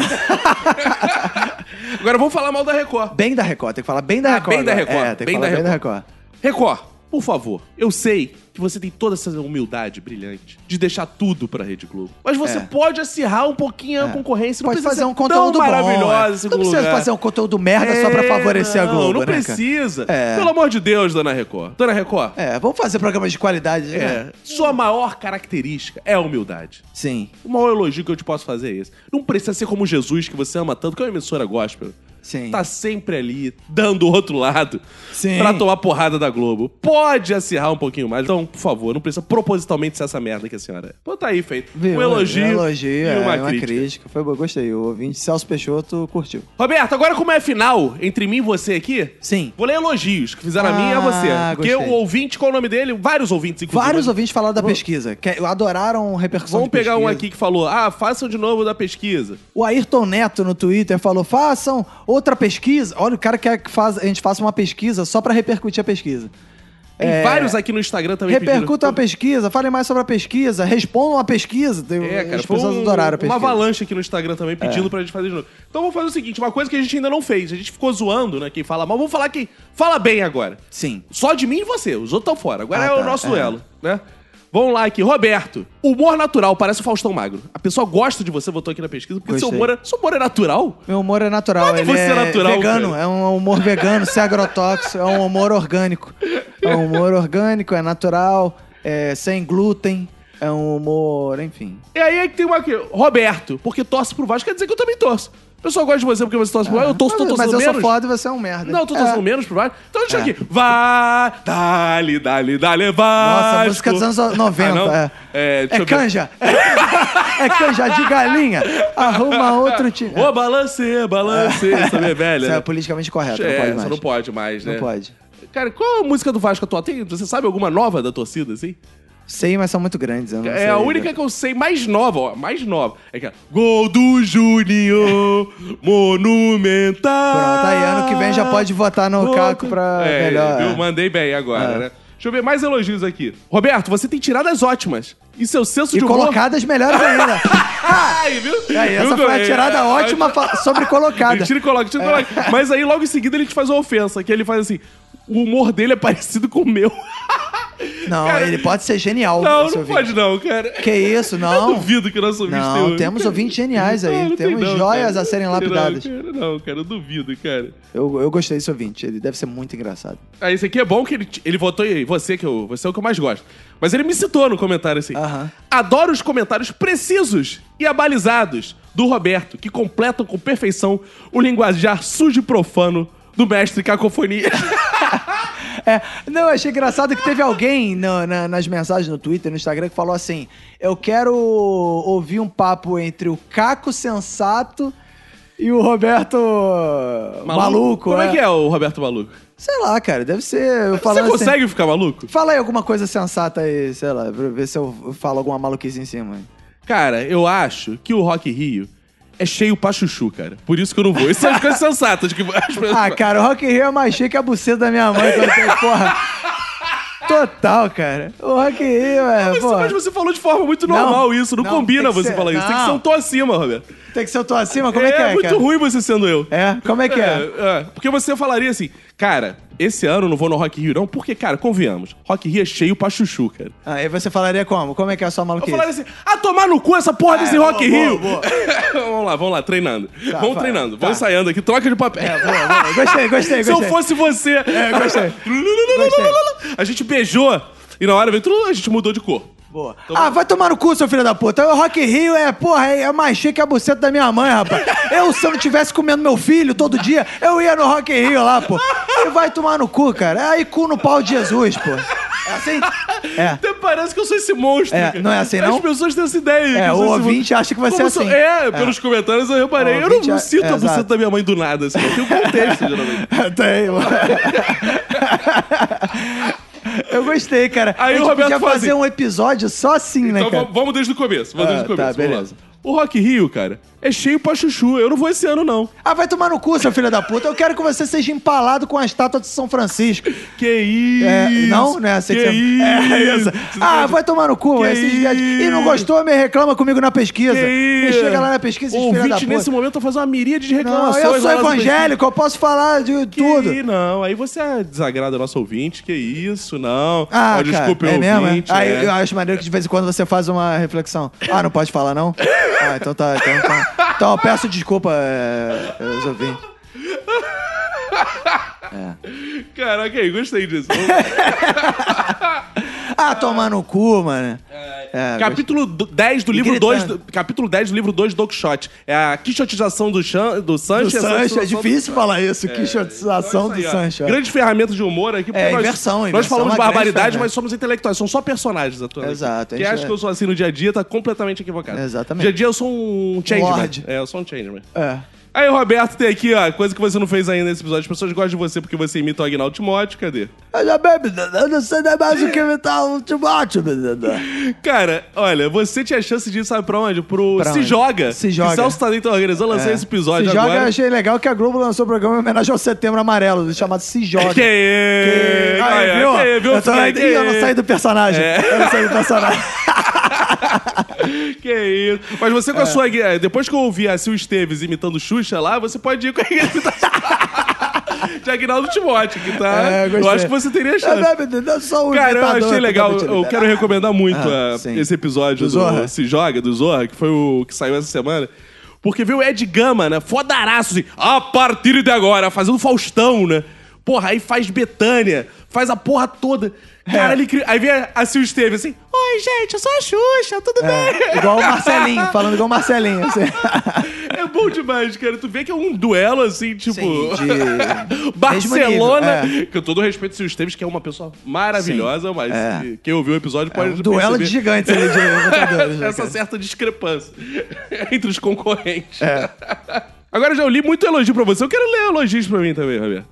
S2: Agora vamos falar mal da Record.
S3: Bem da Record. Tem que falar bem da
S2: Ah,
S3: Record.
S2: bem da
S3: agora.
S2: Record,
S3: É, tem que
S2: bem
S3: falar
S2: da
S3: bem da Record.
S2: Record, por favor, eu sei que você tem toda essa humildade brilhante de deixar tudo pra Rede Globo. Mas você
S3: É.
S2: pode acirrar um pouquinho a concorrência. Não
S3: Pode
S2: precisa
S3: fazer
S2: ser
S3: um
S2: tão
S3: conteúdo bom. é.
S2: maravilhoso. É,
S3: Não precisa fazer um conteúdo merda só pra favorecer a Globo,
S2: Não, não
S3: né, cara?
S2: precisa.
S3: É.
S2: Pelo amor de Deus, dona Record. Dona Record,
S3: É, vamos fazer programas de qualidade, né?
S2: É. Sua maior característica é a humildade.
S3: Sim,
S2: O maior elogio que eu te posso fazer é esse. Não precisa ser como Jesus, que você ama tanto, que é uma emissora gospel.
S3: sim.
S2: Tá sempre ali, dando o outro lado,
S3: Sim.
S2: pra tomar porrada da Globo. Pode acirrar um pouquinho mais. Então, por favor, não precisa propositalmente ser essa merda que a senhora é. Então tá aí, feito.
S3: Viu?
S2: um elogio,
S3: Um elogio,
S2: e
S3: é,
S2: uma,
S3: uma
S2: crítica.
S3: crítica. Foi boa, gostei. O ouvinte Celso Peixoto curtiu.
S2: Roberto, agora como é final entre mim e você aqui...
S3: Sim.
S2: Vou ler elogios que fizeram a mim e a
S3: Ah,
S2: você. Porque
S3: gostei.
S2: o ouvinte, qual o nome dele? Vários ouvintes, inclusive.
S3: Vários ouvintes falaram da pesquisa. Que é- adoraram a repercussão
S2: Vamos
S3: de
S2: pegar um
S3: pesquisa.
S2: aqui que falou, ah, façam de novo da pesquisa.
S3: O Ayrton Neto no Twitter falou: façam outra pesquisa. Olha, o cara quer que faz- a gente faça uma pesquisa só pra repercutir a pesquisa.
S2: Tem vários aqui no Instagram também
S3: É. Repercutam a
S2: pediram.
S3: pesquisa, falem mais sobre a pesquisa, respondam a pesquisa. Tem-
S2: É, cara,
S3: As
S2: foi
S3: pessoas
S2: um-
S3: adoraram a
S2: uma
S3: pesquisa. É.
S2: avalanche aqui no Instagram também pedindo pra gente fazer de novo. Então vamos fazer o seguinte, uma coisa que a gente ainda não fez. A gente ficou zoando, né, quem fala mal. Vamos falar quem fala bem agora.
S3: Sim.
S2: Só de mim e você, os outros estão fora. Agora
S3: Ah,
S2: é o
S3: tá,
S2: nosso
S3: é.
S2: duelo, né? Vamos lá aqui, Roberto. Humor natural, parece o Faustão Magro. A pessoa gosta de você, votou aqui na pesquisa, porque seu
S3: Gostei.
S2: humor, é, seu humor é natural.
S3: Meu humor é natural,
S2: Nada em
S3: ele
S2: você
S3: é
S2: é natural,
S3: vegano,
S2: cara.
S3: é um humor vegano, sem agrotóxico, é um humor orgânico. É um humor orgânico, é natural, é sem glúten, é um humor, enfim.
S2: E aí é que tem uma aqui, Roberto, porque torce pro Vasco, quer dizer que eu também torço. A pessoa gosta de você porque você torce pro Vasco, eu torço, tô
S3: mas,
S2: torcendo
S3: mas eu
S2: menos.
S3: sou foda e você é um merda.
S2: Não, eu tô
S3: É.
S2: torcendo menos pro Vasco. Então deixa
S3: É.
S2: aqui. Vai, dale, dale, dale, é Vasco.
S3: Nossa, música é dos anos 90.
S2: Ah, não?
S3: é.
S2: É,
S3: É
S2: deixa eu ver.
S3: canja. é canja de galinha. Arruma outro time.
S2: Ô, balance, balance. Isso também é velha,
S3: Isso
S2: né?
S3: é politicamente correto,
S2: É,
S3: não pode
S2: essa
S3: mais.
S2: não pode mais, né?
S3: Não pode.
S2: Cara, qual a música do Vasco atual? Tem, você sabe alguma nova da torcida, assim?
S3: Sei, mas são muito grandes. eu não
S2: É
S3: sei. né?
S2: a única que eu sei mais nova, ó, mais nova. É aquela. Gol do Júnior, monumental.
S3: É. Pronto, tá aí ano que vem já pode votar no
S2: Outro-
S3: Caco pra
S2: É,
S3: melhor.
S2: Viu?
S3: é.
S2: Mandei bem agora,
S3: É.
S2: né? Deixa eu ver mais elogios aqui. Roberto, você tem tiradas ótimas. E seu senso
S3: E
S2: de humor...
S3: colocadas melhores ainda.
S2: Ai, viu?
S3: E aí, essa
S2: Viu,
S3: foi uma
S2: é,
S3: tirada
S2: é,
S3: ótima É. fa- sobre colocada.
S2: Tira e coloca, tira e coloca. Mas aí logo em seguida ele te faz uma ofensa, que ele faz assim: o humor dele é parecido com o meu.
S3: Não,
S2: Cara,
S3: ele pode ser genial.
S2: Não,
S3: esse
S2: não
S3: ouvinte.
S2: pode não, cara.
S3: Que isso,
S2: Eu
S3: não.
S2: duvido que nosso ouvinte
S3: Não,
S2: tenha um-
S3: temos ouvintes geniais aí.
S2: Não, não tem
S3: Temos
S2: não,
S3: joias
S2: cara.
S3: a serem
S2: Não tem
S3: lapidadas.
S2: Não, cara, não, cara, eu duvido, cara.
S3: Eu, eu gostei desse ouvinte, ele deve ser muito engraçado.
S2: Ah, esse aqui é bom que ele, ele votou em você, que eu, você é o que eu mais gosto. Mas ele me citou no comentário assim:
S3: Aham.
S2: Adoro os comentários precisos e abalizados do Roberto, que completam com perfeição o linguajar sujo e profano do mestre Cacofonia.
S3: É, não, eu achei engraçado que teve alguém na- na- nas mensagens no Twitter, no Instagram, que falou assim: Eu quero ouvir um papo entre o Caco Sensato e o Roberto Maluco.
S2: Como é.
S3: é.
S2: que é o Roberto Maluco?
S3: Sei lá, cara, deve ser. Eu
S2: Você
S3: falando assim,
S2: consegue ficar maluco?
S3: Fala aí alguma coisa sensata aí, sei lá, pra ver se eu falo alguma maluquice em cima.
S2: Cara, eu acho que o Rock in Rio é cheio pra chuchu, cara. Por isso que eu não vou. Isso são as coisas sensatas que as pessoas...
S3: Ah, cara, o Rock in Rio é mais cheio que a buceta da minha mãe quando tem, porra. Total, cara. O Rock in Rio é,
S2: Mas,
S3: pô.
S2: mas você falou de forma muito
S3: Não,
S2: normal isso. Não,
S3: não,
S2: combina
S3: tem que
S2: você
S3: ser-
S2: falar isso. Tem que ser
S3: não.
S2: um tom acima, Roberto.
S3: Tem que ser eu tô acima? Como é, que é,
S2: muito
S3: cara?
S2: ruim você sendo eu.
S3: É, como é que é?
S2: é, porque você falaria assim, cara, esse ano eu não vou no Rock in Rio não, porque, cara, convenhamos, Rock in Rio é cheio pra chuchu, cara.
S3: Aí Ah, você falaria como? Como é que é a sua
S2: Eu
S3: maluquice?
S2: falaria assim, ah, tomar no cu essa porra desse Rock in
S3: É, boa,
S2: Rio.
S3: boa,
S2: vamos lá, vamos lá, treinando.
S3: Tá,
S2: vamos
S3: vai,
S2: treinando,
S3: tá. É,
S2: vamos ensaiando aqui, troca de papel.
S3: Boa, boa. Gostei, gostei, gostei.
S2: Se eu fosse você. É,
S3: gostei.
S2: A gente beijou e na hora veio tudo, a gente mudou de cor.
S3: Boa. Ah, vai tomar no cu, seu filho da puta. O Rock in Rio é, porra, é, é mais cheio que a buceta da minha mãe, rapaz. Eu, se eu não tivesse comendo meu filho todo dia, eu ia no Rock in Rio lá, pô. E vai tomar no cu, cara. Aí cu no pau de Jesus, pô. É assim? É.
S2: Até parece que eu sou esse monstro.
S3: É,
S2: cara.
S3: não é assim,
S2: As
S3: não?
S2: pessoas têm essa ideia. de
S3: É,
S2: que eu
S3: o
S2: sou esse
S3: ouvinte
S2: monstro.
S3: acha que vai ser
S2: Como sou-
S3: assim.
S2: É,
S3: É.
S2: pelos comentários eu reparei.
S3: O
S2: eu não
S3: ouvinte é-
S2: cito
S3: é,
S2: a buceta
S3: exato.
S2: da minha mãe do nada, assim. Eu tenho contexto, geralmente.
S3: Tem, mano. Eu gostei, cara.
S2: Aí
S3: a
S2: o
S3: gente
S2: Roberto
S3: podia
S2: fala
S3: fazer
S2: assim,
S3: um episódio só assim, né,
S2: Então
S3: cara?
S2: vamos- vamos desde o começo. Vamos
S3: Ah,
S2: desde o
S3: tá,
S2: começo. vamos lá.
S3: beleza.
S2: O Rock in Rio, cara, é cheio pra chuchu. Eu não vou esse ano, não.
S3: Ah, vai tomar no cu, seu filho da puta. Eu quero que você seja empalado com a estátua de São Francisco.
S2: Que isso?
S3: É, não, né? Sei
S2: Que,
S3: que você-
S2: isso?
S3: É isso.
S2: Você
S3: Ah,
S2: pode-
S3: vai tomar no cu.
S2: Que
S3: esses viados. E não
S2: isso?
S3: gostou, me reclama comigo na pesquisa.
S2: Que é
S3: Me
S2: isso?
S3: é. chega lá na pesquisa, esses
S2: O
S3: filha da
S2: ouvinte
S3: puta.
S2: nesse momento tá fazendo uma miríade de
S3: Não,
S2: reclamações.
S3: eu sou
S2: lá na nossa
S3: evangélico, eu posso falar de
S2: Que
S3: tudo.
S2: i- não, aí você desagrada o nosso ouvinte, que isso, não.
S3: Ah,
S2: Ó,
S3: cara,
S2: desculpa,
S3: é
S2: o
S3: mesmo? é?
S2: ouvinte.
S3: Aí
S2: é.
S3: eu acho maneiro que de vez em quando você faz uma reflexão. Ah, não pode falar, não? Ah, então tá. Então, então, então eu peço desculpa, é, os ouvintes.
S2: Caraca, aí, gostei disso. É,
S3: Ah, tomar no cu, mano. É,
S2: capítulo do- 10 do
S3: E
S2: livro 2,
S3: gritando.
S2: capítulo 10 do livro 2 do Quixote. É a quixotização do, Chan, do
S3: do
S2: Sancho. e a
S3: Sancho, é
S2: sanchotização do-
S3: difícil falar isso.
S2: Então
S3: Quixotização
S2: é
S3: do
S2: isso aí, ó.
S3: Sancho.
S2: Grandes ferramentas de humor aqui. porque
S3: É, inversão,
S2: nós, Nós
S3: inversão é uma
S2: falamos
S3: grande
S2: barbaridade,
S3: ferramenta.
S2: mas somos intelectuais. São só personagens atuando. aqui.
S3: Exato, a
S2: Quem
S3: gente
S2: acha
S3: é-
S2: que eu sou assim no dia a dia tá completamente equivocado.
S3: Exatamente.
S2: Dia a dia eu sou um changeman.
S3: Lorde.
S2: É, eu sou um changeman.
S3: É.
S2: Aí, Roberto, tem aqui, ó, coisa que você não fez ainda nesse episódio. As pessoas gostam de você porque você imita o Agnaldo Timóteo, cadê?
S3: Eu já bebi, né? eu não sei nem mais o que tá um imitar o Timóteo, menino.
S2: Cara, olha, você tinha chance de ir, sabe pra onde? Pro
S3: Pra
S2: Se
S3: onde?
S2: Joga.
S3: Se Joga. É.
S2: Que Celso Talento organizou, lancei esse episódio
S3: Se joga, eu
S2: agora.
S3: achei legal que a Globo lançou o programa em homenagem ao Setembro Amarelo, chamado Se Joga.
S2: Que
S3: Que-
S2: é,
S3: Aí,
S2: olha,
S3: viu?
S2: que é, viu?
S3: Eu, tô...
S2: Que
S3: Ih, eu não
S2: é.
S3: saí do personagem.
S2: É.
S3: Eu não saí do personagem.
S2: Que é isso. Mas você com a sua. é, Depois que eu ouvi a Sil Esteves imitando Xuxa lá, você pode ir com a imitação. De Agnaldo Timóteo, que tá.
S3: É,
S2: eu acho que você teria chance.
S3: Eu, bebi, eu sou um
S2: Cara, eu
S3: imitador
S2: achei legal. Eu
S3: totalmente
S2: quero recomendar muito
S3: Ah,
S2: a-
S3: sim.
S2: esse episódio do,
S3: Do Zorra?
S2: Se Joga, do Zorra, que foi o que saiu essa semana. Porque veio o Ed Gama, né? Fodaraço, assim, a partir de agora, fazendo Faustão, né? Porra, aí faz Betânia, faz a porra toda. Cara,
S3: É.
S2: ele cri... Aí vem a- a Sil Esteves assim: Oi, gente, eu sou a Xuxa, tudo
S3: É,
S2: bem?
S3: igual o Marcelinho, falando igual o Marcelinho. assim.
S2: É bom demais, cara. Tu vê que é um duelo, assim, tipo.
S3: Sim, de-
S2: Barcelona.
S3: mesmo nível,
S2: Com todo o respeito, Silvio Esteves, que é uma pessoa maravilhosa, mas
S3: é.
S2: que- quem ouviu o episódio
S3: É
S2: pode.
S3: um duelo de
S2: perceber
S3: gigantes ali de imitadores, né,
S2: Essa
S3: cara?
S2: certa discrepância entre os
S3: É.
S2: concorrentes. Agora já eu li muito elogio pra você. Eu quero ler elogios pra mim também, Roberto.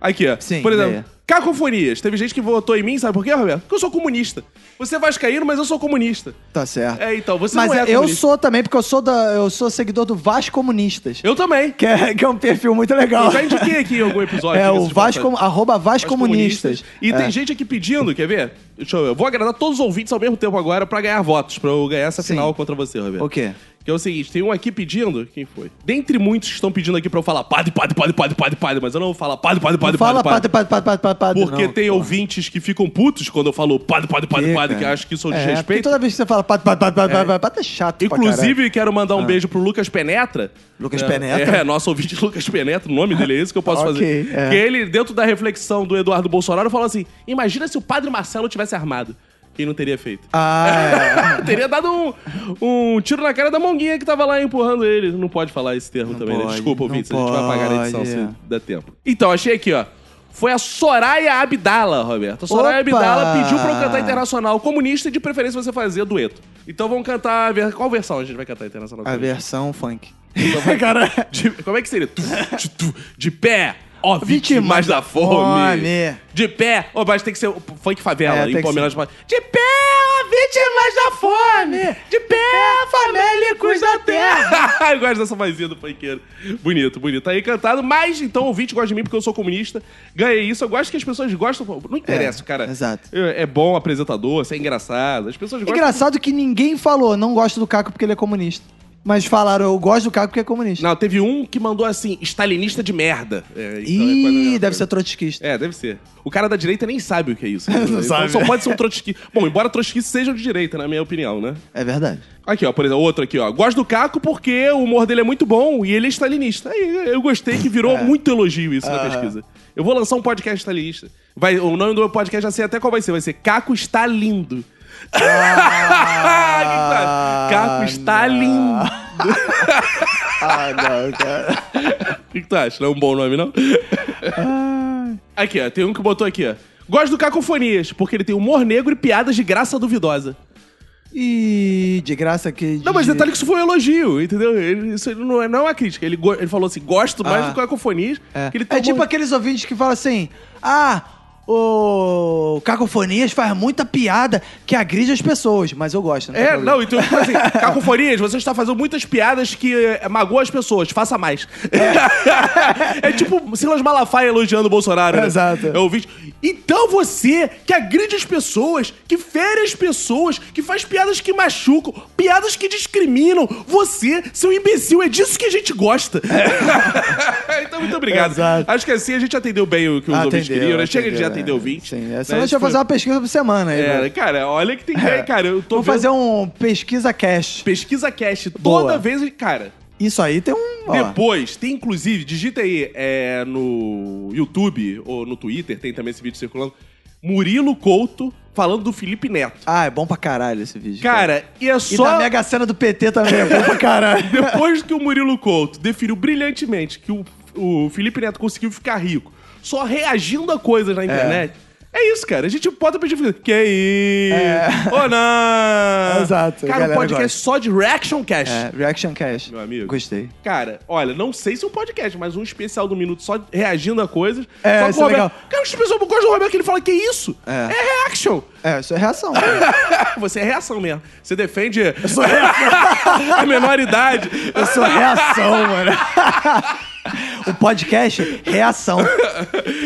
S2: Aqui, ó.
S3: Sim,
S2: Por exemplo,
S3: leia.
S2: cacofonias. Teve gente que votou em mim, sabe por quê, Roberto? Porque eu sou comunista. Você vai cair, mas eu sou comunista.
S3: Tá certo.
S2: É, então, você
S3: Mas
S2: não é
S3: eu
S2: comunista.
S3: sou também, porque eu sou, da, eu sou seguidor do Vasco Comunistas.
S2: Eu também.
S3: Que é, que é um perfil muito legal.
S2: Eu já indiquei aqui em algum episódio.
S3: É
S2: diga-se
S3: o
S2: de
S3: Vasco,
S2: passagem.
S3: arroba Vasco Comunistas.
S2: E
S3: É.
S2: tem gente aqui pedindo, quer ver? Deixa eu ver. Eu Vou agradar todos os ouvintes ao mesmo tempo agora pra ganhar votos, pra eu ganhar essa
S3: Sim.
S2: final contra você, Roberto.
S3: O quê?
S2: Que é o seguinte, tem um aqui pedindo. Quem foi? Dentre muitos que estão pedindo aqui pra eu falar padre, padre, padre, padre, padre, padre, mas eu não vou falar padre, padre, padre,
S3: Fala
S2: padre,
S3: padre, padre, padre, padre, padre, padre.
S2: Porque
S3: não,
S2: tem
S3: porra.
S2: ouvintes que ficam putos quando eu falo padre, padre, padre, padre, que
S3: cara.
S2: acho que isso é um
S3: É, porque
S2: desrespeito.
S3: toda vez que você fala pato, pato, pato, pato, pato, pato, é chato pra caralho. Ah.
S2: Inclusive, quero mandar um beijo pro Lucas Penetra.
S3: Lucas
S2: É,
S3: Penetra?
S2: É, nosso ouvinte Lucas Penetra, o nome dele é esse que eu posso
S3: Ok,
S2: fazer.
S3: é.
S2: Que ele, dentro da reflexão do Eduardo Bolsonaro, falou assim: imagina se o padre Marcelo tivesse armado. Quem não teria feito?
S3: Ah,
S2: teria dado um, um tiro na cara da monguinha que tava lá empurrando ele. Não pode falar esse termo também, né?
S3: pode,
S2: Desculpa,
S3: não
S2: ouvintes. A gente vai apagar a edição
S3: pode. é.
S2: se der tempo. Então, achei aqui, ó. Foi a Soraya Abdala, Roberto. A Soraya
S3: Opa!
S2: Abdala pediu pra eu cantar internacional comunista e de preferência você fazer dueto. Então vamos cantar. a ver- Qual versão a gente vai cantar internacional?
S3: a
S2: comunista?
S3: versão funk.
S2: Cara, de- como é que seria? Tu, tu, tu, de pé, ó, vítimas da fome.
S3: fome.
S2: De pé, ó, mas tem que ser o funk
S3: É,
S2: favela,
S3: tem
S2: em
S3: que
S2: homenagem pra... De pé, ó, vítimas da fome. De pé, famélicos da terra. eu gosto dessa vozinha do funkeiro. Bonito, bonito. Tá aí cantado, mas então o ouvinte gosta de mim porque eu sou comunista. Ganhei isso, eu gosto que as pessoas gostam. Não interessa,
S3: É,
S2: cara.
S3: exato.
S2: Eu- É bom apresentador, você é engraçado. As pessoas gostam.
S3: É Engraçado que ninguém falou, não gosto do Caco porque ele é comunista. Mas falaram, eu gosto do Caco porque é comunista.
S2: Não, teve um que mandou assim, stalinista de merda. É, então é quase a
S3: Ih,
S2: mesma
S3: deve
S2: coisa.
S3: ser trotskista.
S2: É, deve ser. O cara da direita nem sabe o que é isso. Então
S3: sabe.
S2: Só pode ser um trotskista. Bom, embora trotskistas sejam de direita, na minha opinião, né?
S3: É verdade.
S2: Aqui, ó, por exemplo, outro aqui, ó. Gosto do Caco porque o humor dele é muito bom e ele é stalinista. Aí eu gostei que virou muito elogio isso na pesquisa. Eu vou lançar um podcast stalinista. Vai, o nome do meu podcast já sei até qual vai ser. Vai ser Caco está lindo. Que tá- Caco está lindo.
S3: Ah, não, cara.
S2: O que, que tu acha? Não é um bom nome, não? aqui, ó. Tem um que botou aqui, ó. Gosto do Cacofonias, porque ele tem humor negro e piadas de graça duvidosa.
S3: E de graça que.
S2: Não, mas
S3: de-
S2: detalhe que isso foi um elogio, entendeu? Ele- isso não é, não é uma crítica. Ele, go- ele falou assim, gosto mais
S3: Ah.
S2: do Cacofonias.
S3: É,
S2: que ele tem
S3: é
S2: um
S3: tipo
S2: humor-
S3: aqueles ouvintes que falam assim: Ah, o Cacofonias faz muita piada que agride as pessoas, mas eu gosto, né?
S2: É, não, então, tipo assim, Cacofonias, você está tá fazendo muitas piadas que eh, magoam as pessoas, faça mais. É, tipo Silas Malafaia elogiando o Bolsonaro. né?
S3: Exato.
S2: É o vídeo. Então você, que agride as pessoas, que fere as pessoas, que faz piadas que machucam, piadas que discriminam, você, seu imbecil, é disso que a gente gosta. então, muito obrigado.
S3: É. Exato.
S2: Acho que assim a gente atendeu bem o que os ouvintes queriam, né? Chega de atender ouvinte.
S3: Sim,
S2: né?
S3: Ah, é, senão a gente vai
S2: Foi-
S3: fazer uma pesquisa por semana aí.
S2: É,
S3: né?
S2: cara, olha que tem. Cara, eu tô
S3: Vamos
S2: vendo.
S3: fazer um pesquisa cash.
S2: Pesquisa Cast toda
S3: Boa.
S2: vez, cara.
S3: Isso aí tem um. ó,
S2: Depois, tem inclusive, digita aí é, no YouTube ou no Twitter, tem também esse vídeo circulando. Murilo Couto falando do Felipe Neto.
S3: Ah, é bom pra caralho esse vídeo.
S2: Cara, e é
S3: E da
S2: só.
S3: mega cena do PT também, é bom pra caralho.
S2: Depois que o Murilo Couto definiu brilhantemente que o, o Felipe Neto conseguiu ficar rico só reagindo a coisas na internet. É. isso, cara. A gente pode pedir. Que
S3: É."
S2: isso? Ô, não!
S3: Exato, a
S2: Cara, um
S3: galera
S2: podcast
S3: gosta.
S2: só de reaction cash.
S3: É, Reaction Cash.
S2: Meu amigo.
S3: Gostei.
S2: Cara, olha, não sei se é um podcast, mas um especial do minuto só reagindo a coisas.
S3: É,
S2: só que
S3: isso
S2: o
S3: é
S2: Roberto.
S3: legal.
S2: Cara, as pessoas gostam do Roberto que ele fala que isso?
S3: É.
S2: é reaction.
S3: É, isso é reação. cara.
S2: Você é reação mesmo. Você defende a menoridade.
S3: Eu sou é reação, mano. o podcast, reação.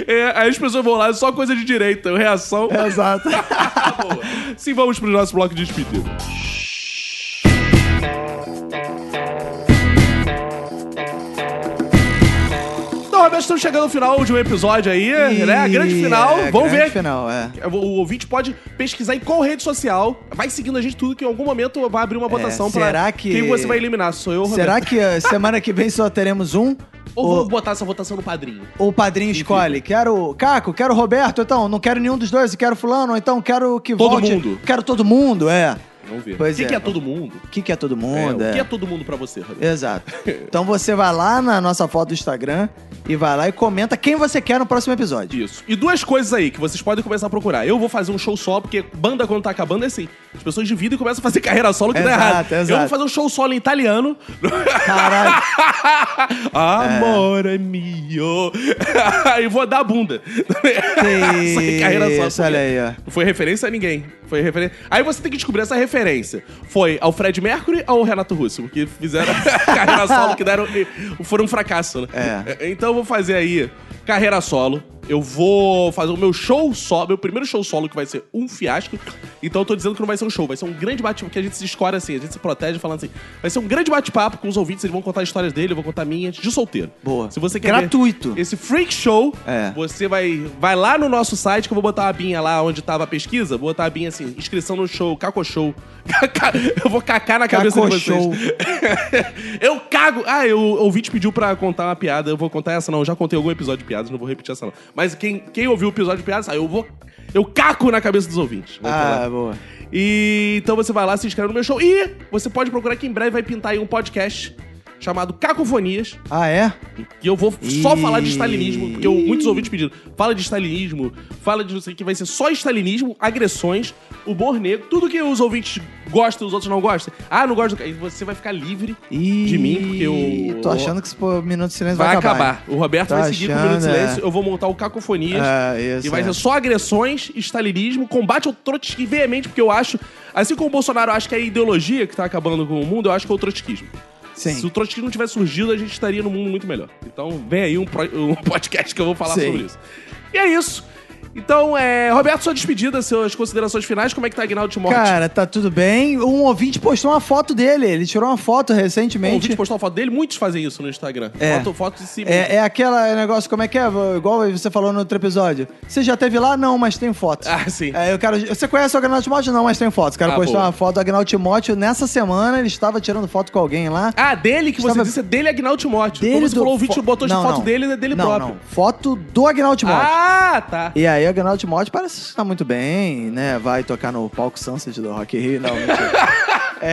S2: É, aí as pessoas vão lá, é só coisa de direita. Reação.
S3: Exato.
S2: Boa.
S3: É.
S2: Sim, vamos pro nosso bloco de despedida. Então, Roberto, estamos chegando ao final de um episódio aí, né? A grande final.
S3: É,
S2: vamos
S3: grande
S2: ver.
S3: final, é.
S2: O ouvinte pode pesquisar em qual rede social. Vai seguindo a gente tudo, que em algum momento vai abrir uma votação pra
S3: É, será que-
S2: quem você vai eliminar. Sou eu,
S3: Será
S2: Roberto?
S3: que eh, semana que vem só teremos um?
S2: Ou
S3: Ou
S2: vamos botar essa votação no padrinho?
S3: ou o padrinho escolhe? Quero Caco, quero Roberto, então não quero nenhum dos dois, quero fulano, então quero que
S2: Todo
S3: volte.
S2: mundo.
S3: Quero todo mundo, é.
S2: Vamos ver.
S3: Pois
S2: o que
S3: é,
S2: que é,
S3: vamos-
S2: todo mundo?
S3: O que, que é todo
S2: É,
S3: mundo?
S2: O que é todo mundo pra você, Roberto?
S3: Exato. Então você vai lá na nossa foto do Instagram e vai lá e comenta quem você quer no próximo episódio.
S2: Isso. E duas coisas aí que vocês podem começar a procurar. Eu vou fazer um show só, porque banda quando tá acabando é assim. As pessoas dividem e começam a fazer carreira solo que dá
S3: Exato,
S2: errado. Eu vou
S3: exato.
S2: fazer um show solo em italiano.
S3: Caralho.
S2: Amore é mio. e vou dar a bunda.
S3: Que
S2: é
S3: isso, olha aí, ó.
S2: Não foi referência a ninguém. Foi referência. Aí você tem que descobrir essa referência. Foi ao Fred Mercury ou ao Renato Russo? Porque fizeram carreira solo que deram. Foram um fracasso, né?
S3: É.
S2: Então eu vou fazer aí carreira solo. Eu vou fazer o meu show solo, meu primeiro show solo, que vai ser um fiasco. Então eu tô dizendo que não vai ser um show, vai ser um grande bate-papo, que a gente se escora assim, a gente se protege falando assim. Vai ser um grande bate-papo com os ouvintes, eles vão contar histórias dele, eu vou contar minhas, de solteiro.
S3: Boa.
S2: Se você quer ver
S3: Gratuito.
S2: esse freak show,
S3: É.
S2: você vai, vai lá no nosso site, que eu vou botar a abinha lá onde tava a pesquisa, vou botar a abinha assim, inscrição no show, caco show. Cacá- eu vou cacar na cabeça
S3: Caco
S2: de vocês.
S3: show.
S2: eu cago. Ah, eu, o ouvinte pediu pra contar uma piada, eu vou contar essa não, eu já contei algum episódio de piadas, não vou repetir essa não. Mas quem, quem ouviu o episódio de piadas, sabe, eu vou... Eu caco na cabeça dos ouvintes. Vou falar.
S3: Ah, boa.
S2: E então você vai lá, se inscreve no meu show. E você pode procurar que em breve vai pintar aí um podcast chamado Cacofonias.
S3: Ah, é?
S2: E eu vou só
S3: Ih.
S2: falar de stalinismo, porque eu- muitos ouvintes pediram. Fala de stalinismo, fala de não sei o que, vai ser só stalinismo, agressões, humor negro, tudo que os ouvintes gostam e os outros não gostam. Ah, não gosto do. ca- e Você vai ficar livre
S3: Ih,
S2: de mim, porque eu.
S3: Tô achando que esse pô, Minuto de Silêncio
S2: vai,
S3: vai,
S2: acabar. O Roberto
S3: Tá
S2: vai seguir com o Minuto de
S3: achando, é.
S2: Silêncio, eu vou montar o Cacofonias.
S3: É, isso,
S2: E vai
S3: é.
S2: ser só agressões, estalinismo, combate ao trotskismo veemente, porque eu acho, assim como o Bolsonaro acha que é a ideologia que tá acabando com o mundo, eu acho que é o trotskismo.
S3: Sim.
S2: Se o trotskismo não tivesse surgido, a gente estaria num mundo muito melhor. Então vem aí um, pro- um podcast que eu vou falar
S3: Sim.
S2: sobre isso. E é isso. Então, é, Roberto, sua despedida, suas considerações finais, como é que tá Aguinaldo Timóteo?
S3: Cara, tá tudo bem. Um ouvinte postou uma foto dele. Ele tirou uma foto
S2: o
S3: recentemente.
S2: vídeo Um postou uma foto dele, muitos fazem isso no Instagram.
S3: É.
S2: Foto, foto de si mesmo.
S3: É, é aquela negócio, como é que é? Igual você falou no outro episódio. Você já teve lá? Não, mas tem fotos.
S2: Ah, sim.
S3: É, eu quero, você conhece o Agnaldo Timóteo? Não, mas tem fotos. O cara
S2: Ah,
S3: postou
S2: boa.
S3: uma foto do Agnaldo Timóteo. Nessa semana ele estava tirando foto com alguém lá.
S2: Ah, dele que você
S3: Estava-
S2: disse, é dele Aguinaldo Timóteo. como você
S3: do-
S2: falou, o vídeo
S3: fo-
S2: botou de
S3: Não,
S2: foto
S3: não.
S2: dele, é dele
S3: Não,
S2: próprio.
S3: não. Foto do Agnaldo Timóteo.
S2: Ah, tá.
S3: E aí, o Agnaldo Timóteo parece que está muito bem, né? Vai tocar no palco Sunset do Rock in Rio, não, mentira.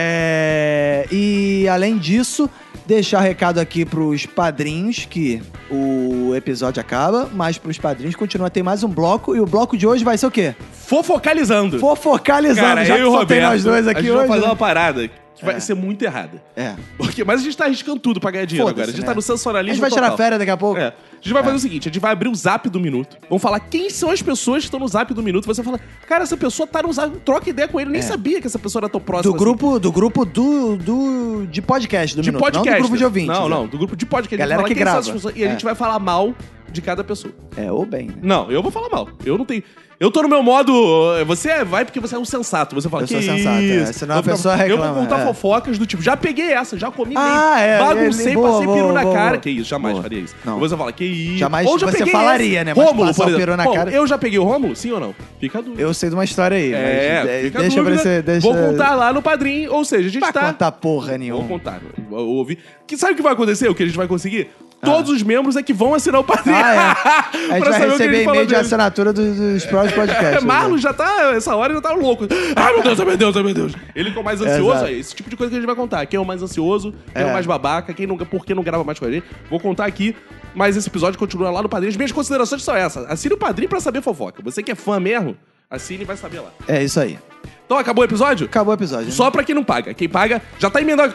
S3: É, e além disso, deixar recado aqui pros padrinhos que o episódio acaba, mas pros padrinhos continua a ter mais um bloco. E o bloco de hoje vai ser o quê?
S2: Fofocalizando.
S3: Fofocalizando,
S2: Cara,
S3: já
S2: eu
S3: que
S2: e o
S3: só tem
S2: Roberto,
S3: nós dois
S2: a
S3: aqui
S2: gente
S3: hoje.
S2: vai fazer
S3: né?
S2: uma parada que vai
S3: É.
S2: ser muito errada.
S3: É.
S2: Porque, mas a gente tá arriscando tudo pra ganhar dinheiro
S3: Foda-se,
S2: agora. A gente
S3: né?
S2: tá no
S3: A
S2: sensoralismo
S3: gente vai tirar
S2: total.
S3: férias daqui a pouco.
S2: É. A gente vai fazer o seguinte, a gente vai abrir o zap do minuto. Vamos falar quem são as pessoas que estão no zap do minuto. Você fala, cara, essa pessoa tá no zap, troca ideia com ele. Eu Nem sabia que essa pessoa era tão próxima.
S3: É. Do grupo, do grupo do, do, de podcast do
S2: assim. de
S3: Minuto,
S2: podcast.
S3: não do grupo de ouvintes.
S2: Não,
S3: né?
S2: não, do grupo de podcast. A gente
S3: Galera
S2: vai falar
S3: que
S2: quem são
S3: grava.
S2: essas pessoas. E a
S3: É.
S2: gente vai falar mal de cada pessoa.
S3: É, ou bem, né?
S2: Não, eu vou falar mal. Eu não tenho. Eu tô no meu modo. uh, Você vai porque você é um sensato. Você fala
S3: Eu
S2: que
S3: sou sensato, é.
S2: isso?"
S3: Senão a
S2: Eu vou-
S3: pessoa
S2: Eu
S3: reclama,
S2: vou contar
S3: é.
S2: fofocas do tipo, já peguei essa, já comi
S3: Ah,
S2: bem,
S3: é,
S2: baguncei,
S3: é, boa,
S2: passei peru
S3: boa,
S2: na
S3: boa,
S2: cara.
S3: boa.
S2: Que isso, jamais
S3: Boa.
S2: faria isso.
S3: Não.
S2: Você fala, que isso.
S3: Jamais
S2: Ou já
S3: você
S2: peguei
S3: falaria,
S2: esse.
S3: né? Mas
S2: Rômulo,
S3: passar
S2: por
S3: o
S2: exemplo.
S3: peru na
S2: Bom,
S3: cara-
S2: Eu já peguei o Rômulo? Sim ou não? Fica a dúvida.
S3: Eu sei de uma história aí, mas
S2: É,
S3: de-
S2: fica a
S3: deixa eu ver
S2: dúvida.
S3: se... Deixa...
S2: Vou contar lá no padrinho, ou seja, a gente
S3: Vai
S2: tá.
S3: contar porra
S2: Vou
S3: nenhuma.
S2: contar. Eu ouvi. Que, sabe o que vai acontecer? O que a gente vai conseguir? Todos os membros é que vão assinar o padrinho.
S3: Ah, é. A
S2: Pra saber
S3: gente vai
S2: o que
S3: receber
S2: ele falou
S3: e-mail de
S2: dele.
S3: assinatura dos, dos próprios podcasts.
S2: É, Marlon já tá, essa hora já tá louco. Ai, meu Deus, ai, meu Deus, ai, meu Deus. Ele ficou mais ansioso,
S3: Exato.
S2: é esse tipo de coisa que a gente vai contar. Quem é o mais ansioso, quem é, o
S3: É.
S2: mais babaca, quem não, por que não grava mais com a gente. Vou contar aqui, mas esse episódio continua lá no Padrinho. As minhas considerações são essas. Assine o Padrinho pra saber fofoca. Você que é fã mesmo, assine e vai saber lá.
S3: É isso aí.
S2: Então, acabou o episódio?
S3: Acabou o episódio. né?
S2: Só pra quem não paga. Quem paga já tá emendando.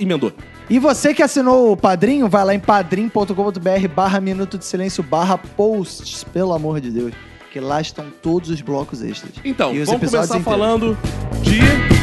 S2: Emendou.
S3: E você que assinou o Padrinho, vai lá em padrim.com.br barra Minuto de Silêncio barra posts, pelo amor de Deus. Que lá estão todos os blocos extras.
S2: Então,
S3: E os
S2: vamos
S3: episódios
S2: começar
S3: inteiros.
S2: falando de...